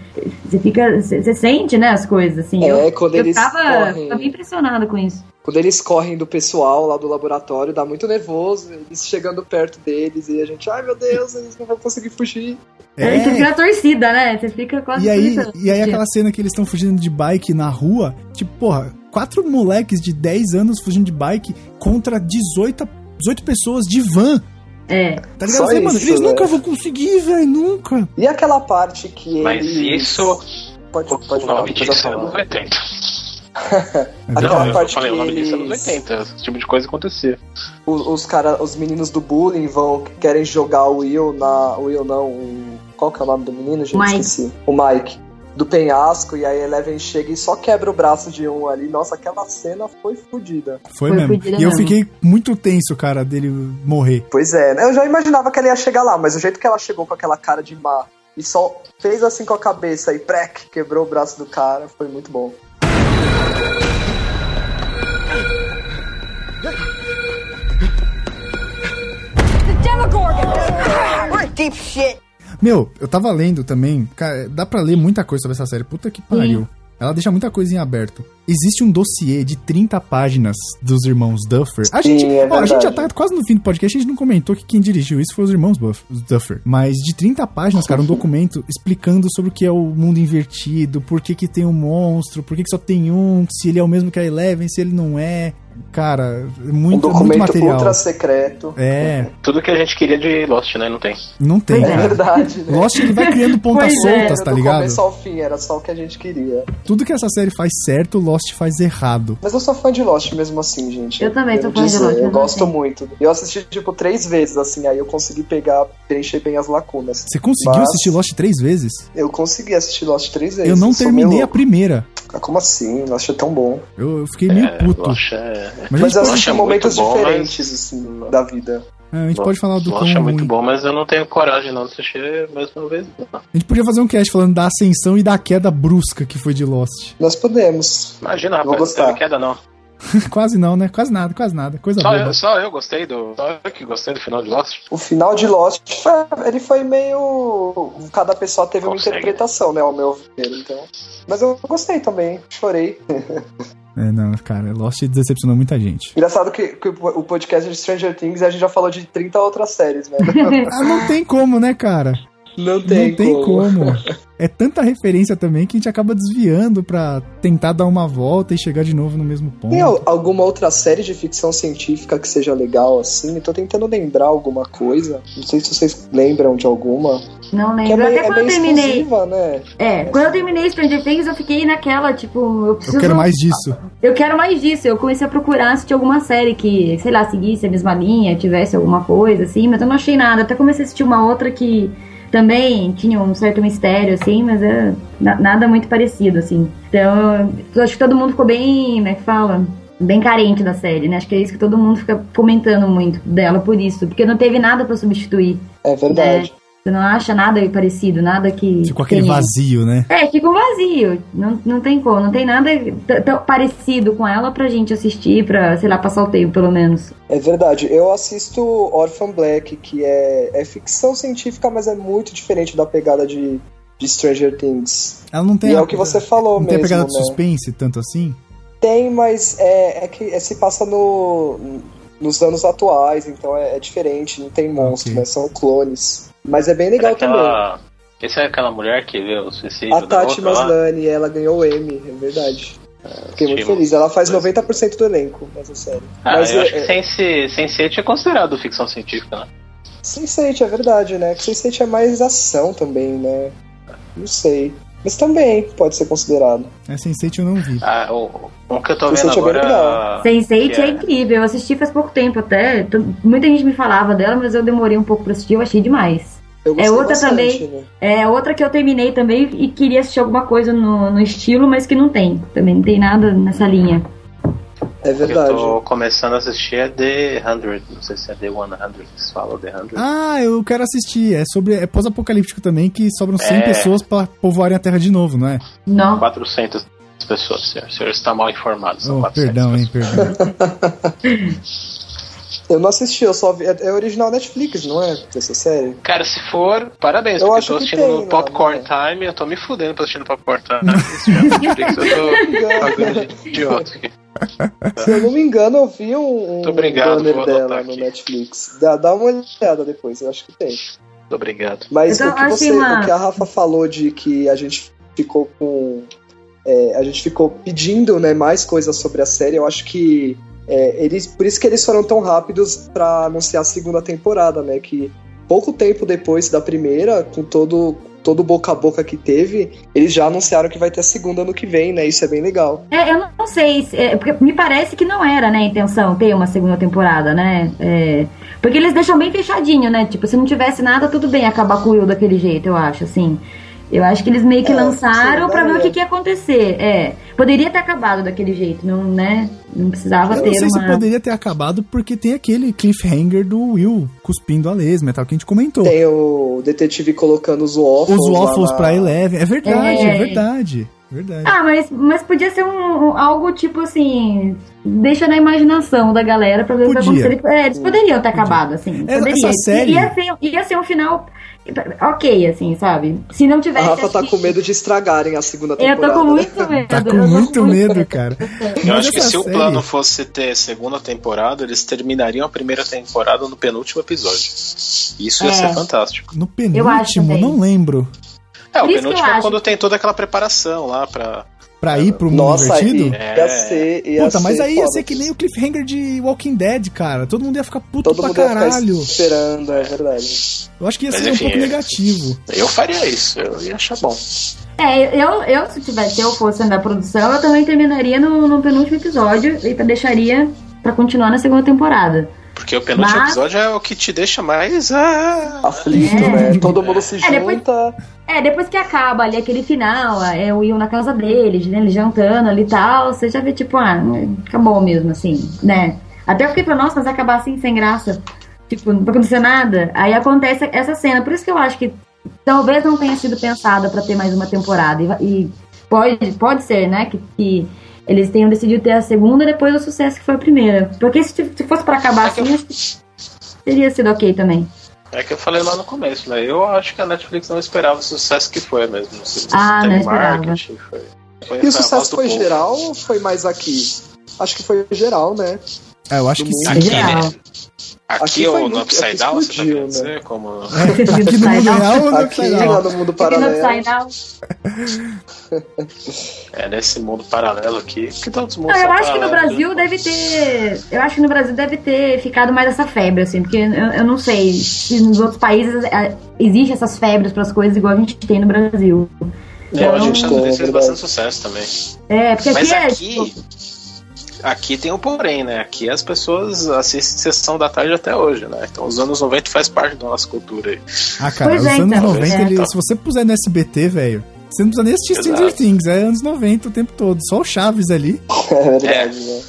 D: Você fica. Você você sente, né, as coisas, assim. eu
B: É, quando
D: eu
B: eles
D: tava,
B: correm.
D: tava impressionada com isso.
B: Quando eles correm do pessoal lá do laboratório, dá muito nervoso, eles chegando perto deles e a gente, ai meu Deus, eles não vão conseguir fugir.
D: É. Você fica na torcida, né? Você fica quase
A: E aí,
D: torcida.
A: e aí aquela cena que eles estão fugindo de bike na rua, tipo, porra, quatro moleques de 10 anos fugindo de bike contra 18, 18 pessoas de van.
D: É.
A: Tá ligado?
B: Só
A: Você, mano,
B: isso,
A: eles
B: né?
A: nunca vão conseguir, velho, nunca.
B: E aquela parte que
G: Mas
B: eles-
G: isso-
B: Pode,
G: O,
B: pode
G: o
B: falar,
G: nome
B: depois eu
G: disso é
B: falo.
G: anos 80.
A: É
B: Aquela
G: Não, eu
B: parte
G: falei, o
B: que
G: nome disso é anos
B: eles-
G: 80. Esse tipo de coisa acontecia.
B: Os, os cara, os meninos do bullying vão querem jogar o Will na. O Will não, o- qual que é o nome do menino, gente?
D: Mike.
B: Esqueci. O Mike. Do penhasco, e aí Eleven chega e só quebra o braço de um ali. Nossa, aquela cena foi fodida.
A: Foi,
D: Foi
A: mesmo.
D: fudida
A: E eu
D: mesmo.
A: fiquei muito tenso, cara, dele morrer.
B: Pois é, né? eu já imaginava que ela ia chegar lá, mas o jeito que ela chegou com aquela cara de má e só fez assim com a cabeça e prec, quebrou o braço do cara, foi muito bom.
F: The Demogorgon! Crap, We're in deep shit.
A: Meu, eu tava lendo também, cara, dá pra ler muita coisa sobre essa série. Puta que pariu. Ela deixa muita coisa em aberto. Existe um dossiê de 30 páginas dos irmãos Duffer. A
B: Sim,
A: gente,
B: é
A: ó, a gente já
B: verdade.
A: tá quase no fim do podcast, a gente não comentou que quem dirigiu isso foi os irmãos Buff, os Duffer. Mas de 30 páginas,
B: [laughs]
A: cara, um documento explicando sobre o que é o mundo invertido, por que que tem um monstro, por que que só tem um, se ele é o mesmo que a Eleven, se ele não é. Cara, é
B: Um
A: muito, muito
B: documento
A: material.
B: ultra secreto.
A: É,
C: Tudo que a gente queria de Lost, né? Não tem.
A: não tem,
B: É
A: cara.
B: verdade, né?
A: Lost ele vai
B: [laughs]
A: criando pontas
D: Pois é,
A: soltas, tá
B: do
A: ligado?
B: começo ao fim, era só o que a gente queria.
A: Tudo que essa série faz certo, Lost faz errado.
B: Mas eu sou fã de Lost mesmo assim, gente.
D: Eu também sou
B: Devo
D: fã de
B: dizer,
D: Lost
B: Eu
D: mesmo
B: gosto
D: assim.
B: muito. Eu assisti, tipo, três vezes, assim, aí eu consegui pegar, preencher bem as lacunas.
A: Você conseguiu
B: Mas-
A: assistir Lost três vezes?
B: Eu consegui assistir Lost três vezes.
A: eu não
B: sou
A: terminei
B: meio-
A: a primeira.
B: Ah, Como assim? Lost é tão bom.
A: Eu, eu fiquei
C: É,
A: meio puto.
C: Lost é...
A: Mas,
B: Mas
A: a
B: eu
A: gente,
C: Lost
B: assisti
C: é muito
B: momentos
C: bom,
B: diferentes, assim, da vida.
A: pode, a gente pode falar do
C: Lost é
A: quão
C: muito
A: ruim.
C: bom, mas eu não tenho coragem não de assistir mais uma vez. não.
A: A gente podia fazer um cast falando da ascensão e da queda brusca que foi de Lost. [laughs]
B: Nós podemos.
C: Imagina,
B: Vou
C: rapaz, não
B: gostar.
C: teve queda não.
A: quase não, né? Quase nada, quase nada. Coisa
C: Só
A: boa.
C: eu, só eu gostei do. Só eu que gostei do final de Lost.
B: O final de Lost, foi- ele foi meio... Cada pessoa teve uma
C: Consegue.
B: interpretação, né, ao meu ver, então... Mas eu gostei também, chorei.
A: É, não, cara, Lost decepcionou muita
B: [laughs]
A: gente.
B: Engraçado que, que o podcast de Stranger Things a gente já falou de 30 outras séries, [laughs] né?
A: Ah, não tem como, né, cara?
B: Não
A: não tem como. É tanta referência também que a gente acaba desviando pra tentar dar uma volta e chegar de novo no mesmo ponto.
B: Tem al- alguma outra série de ficção científica que seja legal assim? Eu tô tentando lembrar alguma coisa. Não sei se vocês lembram de alguma.
D: Não
B: Que é
D: lembro.
B: meio,
D: Até
B: é
D: quando eu
B: meio
D: terminei.
B: exclusiva, né?
D: É, quando eu terminei Stranger Things, eu fiquei naquela, tipo, eu preciso.
A: Eu quero mais disso.
D: eu quero mais disso. Eu comecei a procurar se tinha alguma série que, sei lá, seguisse a mesma linha, tivesse alguma coisa, assim, mas eu não achei nada. Até comecei a assistir uma outra que também tinha um certo mistério, assim, mas é na- nada muito parecido, assim. Então, eu acho que todo mundo ficou bem, como é que fala? Bem carente da série, né? Acho que é isso que todo mundo fica comentando muito dela por isso, porque não teve nada pra substituir.
B: É verdade.
D: Você não acha nada parecido, nada que.
A: Ficou aquele
D: tenha-
A: vazio, né?
D: é, fica um vazio. Não, não tem como, não tem nada t- tão parecido com ela pra gente assistir, pra, sei lá, passar o tempo, pelo menos.
B: É verdade. Eu assisto Orphan Black, que é, é ficção científica, mas é muito diferente da pegada de, de Stranger Things.
A: Ela não tem.
B: E é
A: a-
B: o que você falou
A: Não tem a
B: mesmo,
A: pegada
B: né?
A: de suspense tanto assim?
B: Tem, mas é, é que é- se passa no, nos anos atuais, então é, é diferente, não tem monstro,
A: Ok.
B: né? São clones. Mas é bem legal
C: Era
B: também. Ah, tá,
C: aquela. Esse é aquela mulher que vê o suicídio
B: A
C: da
B: Tati
C: outra lá.
B: Maslany, ela ganhou o M, é verdade. Fiquei muito
C: assisti,
B: feliz. Ela faz
C: mas-
B: 90% do elenco nessa série.
C: Ah,
B: Mas
C: eu
B: é-
C: acho que
B: é-
C: Sense, Sense8 é considerado ficção científica, né?
B: Sense8, é verdade, né? Que Sense8 é mais ação também, né? Não sei. Mas também pode ser considerado.
A: É Sense8 eu não vi.
C: Ah, o, um que eu tô vendo
B: Sense8 é bem
C: agora.
D: Sense8
C: que
D: é.
C: é.
D: incrível. Eu assisti faz pouco tempo até. t- Muita gente me falava dela, mas eu demorei um pouco pra assistir, eu achei demais.
B: Eu gostei
D: É outra
B: bastante,
D: também.
B: né?
D: É outra que eu terminei também e queria assistir alguma coisa no, no estilo, mas que não tem. Também não tem nada nessa linha.
B: É
C: que eu
B: verdade.
C: tô começando a assistir é The 100. Não sei se é The 100 que se fala, ou The 100.
A: Ah, eu quero assistir. É sobre. É pós-apocalíptico também, que sobram 100
C: É.
A: pessoas pra povoarem a Terra de novo, não é?
D: Não.
C: 400 pessoas, senhor. O senhor está mal informado. São
A: Oh,
C: 400
A: perdão, hein,
C: pessoas.
A: perdão.
B: Eu não assisti, eu só vi. É, é original Netflix, não é? Essa
C: [laughs]
B: série?
C: Cara, se for, parabéns,
B: Eu
C: porque
B: acho
C: eu tô
B: que
C: assistindo
B: tem,
C: no
B: né,
C: Popcorn
B: né?
C: Time, eu tô me fudendo pra assistir no Popcorn Time. Isso já é Netflix, eu tô fazendo de idiota aqui.
B: Se eu não me engano, eu vi um, um
C: Muito tá. obrigado,
B: banner
C: vou anotar
B: dela no
C: aqui.
B: Netflix. Dá, dá uma olhada depois, eu acho que tem.
C: Muito obrigado.
B: Mas
D: Então,
B: o, que você,
D: assim, uma-
B: o que a Rafa falou de que a gente ficou com é, a gente ficou pedindo né, mais coisas sobre a série. Eu acho que é, eles, por isso que eles foram tão rápidos para anunciar a segunda temporada, né? Que pouco tempo depois da primeira, com todo todo boca a boca que teve, eles já anunciaram que vai ter a segunda ano que vem, né? Isso é bem legal.
D: É, eu não sei, se- é, porque me parece que não era, né, a intenção ter uma segunda temporada, né? É, porque eles deixam bem fechadinho, né? Tipo, se não tivesse nada, tudo bem acabar com o Will daquele jeito, eu acho, assim. Eu acho que eles meio que
B: É,
D: lançaram
B: sim,
D: pra ver o
B: daria.
D: que, que ia acontecer. É, poderia ter acabado daquele jeito, não, né? Não precisava
A: Eu
D: ter
A: não sei
D: uma...
A: se poderia ter acabado, porque tem aquele cliffhanger do Will cuspindo a lesma e tal, que a gente comentou.
B: Tem o detetive colocando os waffles.
A: Os
B: lá
A: waffles
B: na-
A: pra Eleven. É verdade, é,
D: É.
A: verdade. Verdade.
D: Ah, mas, mas podia ser um, um- algo tipo assim. Deixa na imaginação da galera pra ver o que vai
A: Podia.
D: acontecer. Eles- É, eles poderiam ter acabado, assim.
A: Essa-
D: Poderia.
A: essa série-
D: Ia ser, ia ser um final ok, assim, sabe? Se não
B: A
D: tivesse.
B: Rafa
D: acho
B: tá
D: que-
B: com medo de estragarem a segunda
D: Eu
B: temporada.
D: tô com
B: né?
D: muito medo.
A: Tá
D: Ah, eu
A: com
D: tô
A: muito medo, cara.
C: Eu
A: Mas
C: acho que
A: essa
C: se o
A: série-
C: plano fosse ter segunda temporada, eles terminariam a primeira temporada no penúltimo episódio. Isso ia
D: É.
C: ser fantástico.
A: No
D: Eu acho
A: penúltimo,
D: também.
A: não lembro.
C: É,
D: Por
C: o
D: isso que eu
C: penúltimo é
D: acho
C: quando
D: que-
C: tem toda aquela preparação lá pra.
A: Pra ir pro mundo
B: Nossa,
A: invertido?
B: ia, ia
C: É.
B: ser. Ia
A: Puta, mas
B: ser
A: aí ia
B: foda.
A: ser que nem o cliffhanger de Walking Dead, cara. Todo mundo ia ficar puto
B: Todo
A: pra
B: mundo ia ficar
A: caralho.
B: esperando, é verdade.
A: Eu acho que ia
C: Mas
A: ser um
C: enfim,
A: pouco
C: é.
A: negativo.
C: Eu faria isso, eu ia achar bom.
D: É, eu, eu se tivesse, eu fosse da produção, eu também terminaria no, no penúltimo episódio e deixaria pra continuar na segunda temporada.
C: Porque o penúltimo
D: Mas-
C: episódio é o que te deixa mais. ah,
B: Aflito,
D: É.
B: né? Todo mundo se
D: É, depois-
B: junta.
D: É, depois que acaba ali aquele final, é o Will na casa deles, né, ele jantando ali e tal, você já vê tipo, ah, acabou mesmo, assim, né? Até eu fiquei pra nós, mas acabar assim, sem graça, tipo, não vai acontecer nada. Aí acontece essa cena, por isso que eu acho que talvez não tenha sido pensada pra ter mais uma temporada. E va- E, pode, pode ser, né, que, que eles tenham decidido ter a segunda depois do sucesso que foi a primeira. Porque se, tiv- se fosse pra acabar assim, acho que teria sido ok também.
C: É que eu falei lá no começo, né? Eu acho que a Netflix não esperava o sucesso que foi mesmo. Não sei se
D: Ah,
C: teve
D: não esperava.
C: marketing, foi- foi-
B: E
C: a
B: o
C: voz
B: sucesso
C: do
B: foi
C: povo.
B: geral ou foi mais aqui? Acho que foi geral, né?
A: Ah, eu acho que
B: Todo
A: sim.
C: Aqui,
D: Geral.
C: né? Aqui,
B: Aqui foi
C: ou no
B: muito-
C: Upside
B: aqui
C: Down, você tá
B: explodiu,
C: querendo
B: né?
C: dizer? Como...
A: Aqui É, no mundo real né, ou no
B: Aqui
A: Upside Down?
B: lá no mundo paralelo.
D: né?
C: É nesse mundo paralelo aqui. Que todos
D: Não, eu acho que no
C: né?
D: Brasil né? deve ter. Eu acho que no Brasil deve ter ficado mais essa febre, assim, porque eu, eu não sei se nos outros países é, existe essas febres pras coisas igual a gente tem no Brasil.
C: É, a gente
B: Então,
C: também
B: é
C: fez bastante
B: verdade.
C: sucesso também.
D: É, porque
C: Mas
D: aqui, é.
C: aqui.
D: tipo,
C: Aqui tem um porém, né? Aqui as pessoas assistem Sessão da Tarde até hoje, né? Então os anos 90 faz parte da nossa cultura aí.
A: Ah, cara,
D: Pois
A: os
D: é,
A: anos
D: então,
A: 90,
D: é.
A: ele- se você puser no SBT, velho, você não precisa nem assistir Stranger
C: Exato.
A: Things, é anos 90 o tempo todo. Só o Chaves ali.
B: É verdade, né?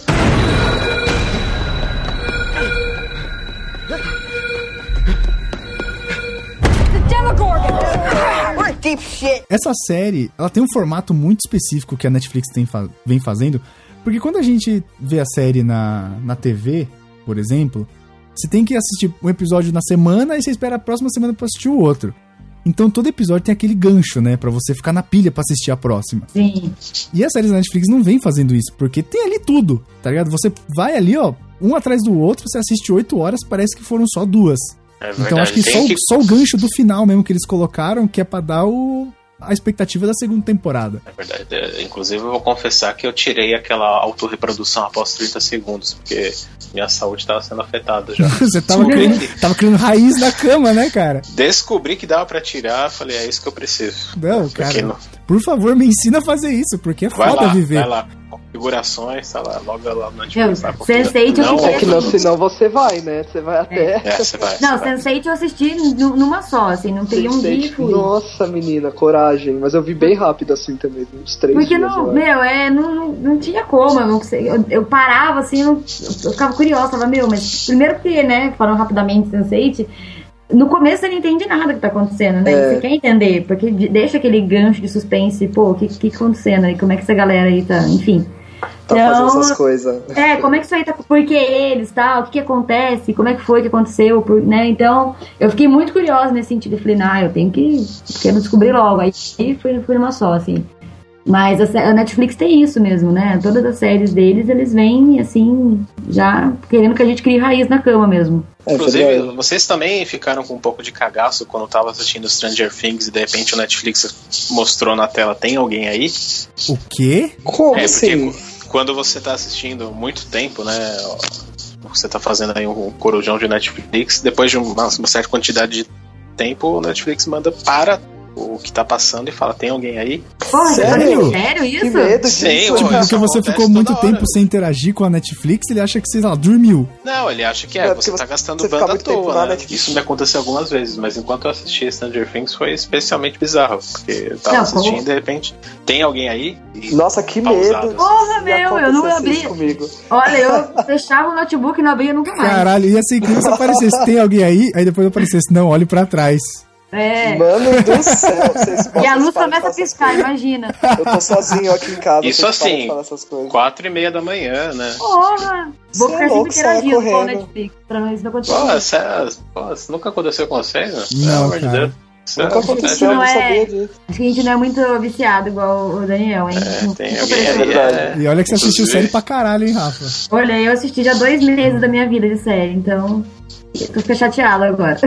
F: The Demogorgon! Crap! We're in deep shit.
A: Essa série, ela tem um formato muito específico que a Netflix tem fa- vem fazendo, porque quando a gente vê a série na, na TV, por exemplo, você tem que assistir um episódio na semana e você espera a próxima semana pra assistir o outro. Então todo episódio tem aquele gancho, né, Pra você ficar na pilha pra assistir a próxima.
D: Sim.
A: E as séries da Netflix não vem fazendo isso, porque tem ali tudo, tá ligado? Você vai ali, ó, um atrás do outro, você assiste oito horas, parece que foram só duas.
B: né?
C: É
A: então acho que
C: tem
A: só, o- só o gancho do final mesmo que eles colocaram, que é pra dar o, a expectativa da segunda temporada. [laughs]
C: É verdade. É, Inclusive, eu vou confessar que eu tirei aquela autorreprodução após 30 segundos, porque minha saúde estava sendo afetada já.
A: Você tava criando, tava criando raiz na cama, né, cara?
C: [laughs] Descobri que dava pra tirar, falei, é isso que eu preciso.
A: Não,
C: Porque
A: cara,
C: não-
A: por favor, me ensina a fazer isso, porque é
C: vai
A: foda
C: lá,
A: viver.
C: vai lá, configurações, tá lá, logo lá no
D: Meu, Sense8 eu
C: não,
D: fiquei-
B: É que não, senão você vai, né? Você vai até.
C: É, você vai.
D: Não,
C: você vai.
D: Sense8 eu assisti nu- numa só, assim, não tem um dia
B: Sense8.
D: que fui.
B: Nossa, menina, coragem. Mas eu vi bem rápido assim também, uns três
D: Porque
B: dias.
D: não,
B: eu acho.
D: meu, é, não, não, não tinha como, eu, não sei, eu, eu parava assim, eu, não- eu ficava curiosa, tava, meu, mas primeiro porque, né, falando rapidamente Sense8, no começo você não entende nada que tá acontecendo, né,
B: É.
D: você quer entender, porque de- deixa aquele gancho de suspense, pô, o que que tá acontecendo aí, como é que essa galera aí tá, enfim.
B: Tá fazendo
D: Então,
B: essas coisas.
D: é, como é que isso aí tá. Por que eles, tal? O que, que acontece? Como é que foi que aconteceu? por- né? Então, eu fiquei muito curiosa nesse sentido. Eu falei, ah, eu tenho que. Quero descobrir logo. Aí fui, fui numa só, assim. Mas a, sé- a Netflix tem isso mesmo, né? Todas as séries deles, eles vêm, assim, já querendo que a gente crie raiz na cama mesmo.
B: É
C: Inclusive,
B: verdade.
C: vocês também ficaram com um pouco de cagaço quando eu tava assistindo Stranger Things e de repente o Netflix mostrou na tela, tem alguém aí?
A: O quê?
B: Como
C: é,
B: assim?
C: porque quando você tá assistindo muito tempo, né? Você tá fazendo aí um corujão de Netflix, depois de uma, uma certa quantidade de tempo, o Netflix manda para o que tá passando e fala, tem alguém aí?
D: Porra,
B: Sério?
D: sério
B: Que
D: isso?
B: medo disso,
C: Sim,
B: né?
C: ué.
A: Tipo,
B: cara.
C: né? isso
A: porque você
C: acontece
A: ficou
C: toda
A: muito
C: hora.
A: tempo sem interagir com a Netflix, ele acha que, sei lá, dormiu.
C: Não, ele acha que é,
B: É, porque
C: você tá
B: você-
C: gastando
B: você fica
C: banda à
B: muito tempo
C: toa,
B: lá,
C: né?
B: Netflix.
C: Isso me aconteceu algumas vezes, mas enquanto eu assisti Stranger Things foi especialmente bizarro, porque eu tava
D: Não,
C: assistindo
D: como-
C: e de repente, tem alguém aí? E
B: Nossa, que
C: Pausado.
B: medo.
D: Porra,
B: Já
D: meu, eu não
B: aconteceu
D: abri.
B: isso comigo.
D: Olha, eu fechava o notebook e não abria nunca mais.
A: Caralho, ia ser incrível se
C: [laughs]
A: aparecesse, tem alguém aí? Aí depois aparecesse, não, olhe pra trás.
D: É.
B: Mano do céu, vocês
D: [laughs] E a
B: vocês
D: luz
B: param de
D: começa a
B: falar essas
D: piscar, né? imagina.
B: coisas. Eu tô sozinho aqui em casa.
C: Isso
B: vocês param de
C: assim.
B: falar essas coisas.
C: Quatro e meia da manhã, né?
D: Porra! Vou
B: Cê é
D: ficar
B: louco,
D: sempre
B: sai
D: interagindo com o
B: correndo.
D: Netflix, pra não isso não acontecer.
C: Pô, cê- pô, isso nunca aconteceu com vocês? né?
A: Não,
C: Pelo amor de
A: cara.
C: Deus. Isso né?
B: Nunca
C: acontece.
B: aconteceu, Tá eu
D: não
B: não
D: é-
B: sabia disso.
D: Acho que a gente não é muito viciado igual o Daniel, hein?
C: É, tem
D: Muito
C: alguém
B: É
C: aí,
B: verdade.
C: é.
A: E olha que você assistiu
C: Inclusive.
A: série pra caralho, hein, Rafa?
D: Olha, eu assisti já dois meses da minha vida de série, então. eu Tô fica
C: [laughs]
D: chateado agora.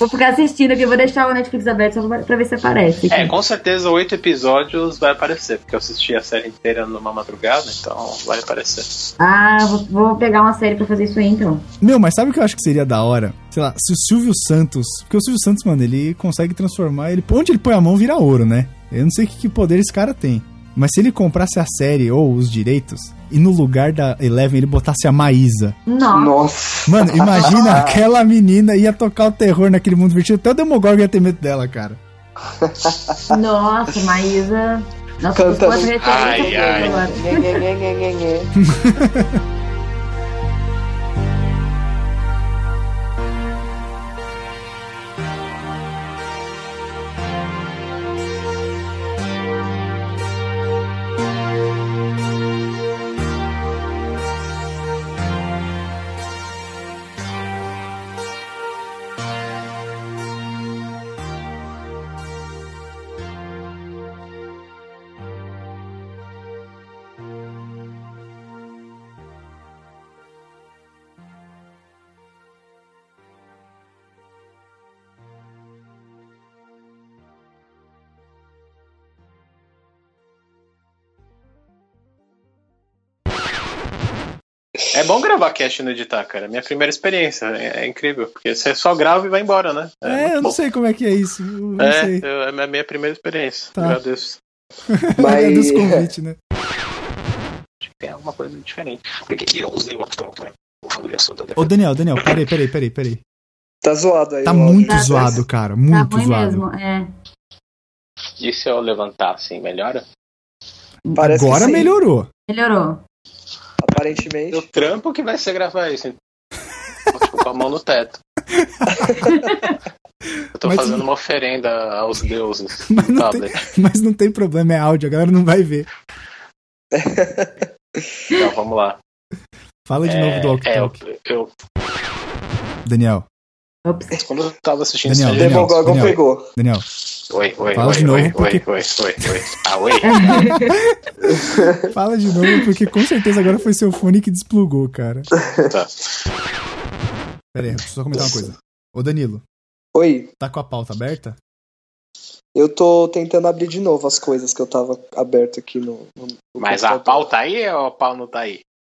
D: vou ficar assistindo aqui, eu vou deixar o Netflix aberto só pra- pra ver se aparece.
C: É, com certeza oito episódios vai aparecer, porque eu assisti a série inteira numa madrugada, então vai aparecer.
D: Ah, vou, vou pegar uma série pra fazer isso aí então.
A: Meu, mas sabe o que eu acho que seria da hora? Sei lá, se o Silvio Santos. Porque o Silvio Santos, mano, ele consegue transformar. Ele, onde ele põe a mão vira ouro, né? Eu não sei que, que poder esse cara tem. Mas se ele comprasse a série ou os direitos, e no lugar da Eleven ele botasse a Maísa.
D: Nossa.
B: Nossa.
A: Mano,
B: [laughs]
A: imagina aquela menina ia tocar o terror naquele mundo invertido. Até o Demogorgon ia ter medo dela, cara.
D: Nossa, Maísa. Nossa,
B: Canta
D: quantas
B: muito.
D: referências
C: Ai,
D: eu tenho
C: ai.
D: agora.
B: Nhe, nhe, nhe, nhe, nhe,
A: [laughs]
B: nhe.
C: É bom gravar cast e não editar, cara. Minha primeira experiência. É, é incrível. Porque você só grava e vai embora, né?
A: É,
C: muito
A: eu não
C: bom.
A: sei como é que é isso. Eu não sei.
C: É, eu- é a minha primeira experiência.
A: Tá.
C: Agradeço.
A: É dos
B: Mas
A: convites, né?
C: Tem alguma coisa diferente. Por que que eu usei o Octopo? né? Eu falei isso da-
A: Ô, Daniel, Daniel, peraí, peraí, peraí, peraí.
B: tá zoado aí.
A: Tá
B: o áudio.
A: muito
D: Tá
A: zoado, cara.
D: Tá
A: Muito
D: ruim
A: zoado.
D: mesmo, é.
C: E se eu levantar assim, melhora?
B: Parece que
A: Agora
B: sim,
A: melhorou.
D: Melhorou.
C: O
B: Aparentemente.
C: trampo que vai ser gravar isso. Tipo, com a mão no
A: [laughs]
C: teto. Eu tô
A: Mas-
C: fazendo uma oferenda aos
A: [laughs]
C: deuses.
A: Mas não
C: Tablet.
A: Mas não tem problema, é áudio, a galera não vai ver.
C: Então, vamos lá.
A: Fala [laughs] de novo do Walk
C: é, eu,
A: Talk.
C: eu-
A: Daniel,
D: Ops.
C: quando eu tava assistindo
A: Daniel,
C: esse
A: Daniel.
B: Demogorgon pegou.
A: Daniel,
C: Oi, oi,
A: Fala de novo,
C: oi, oi, oi,
A: porque- É,
C: oi, oi, oi. Ah,
A: [laughs]
C: oi.
A: fala de novo, porque com certeza agora foi seu fone que desplugou, cara.
C: Tá.
A: Pera aí, deixa eu só comentar uma coisa. Ô, Danilo,
B: Oi,
A: tá com a pauta aberta?
B: eu tô tentando abrir de novo as coisas que eu tava aberto aqui no. no- no
C: Mas a
B: computador.
C: pau tá aí ou a pau não tá aí?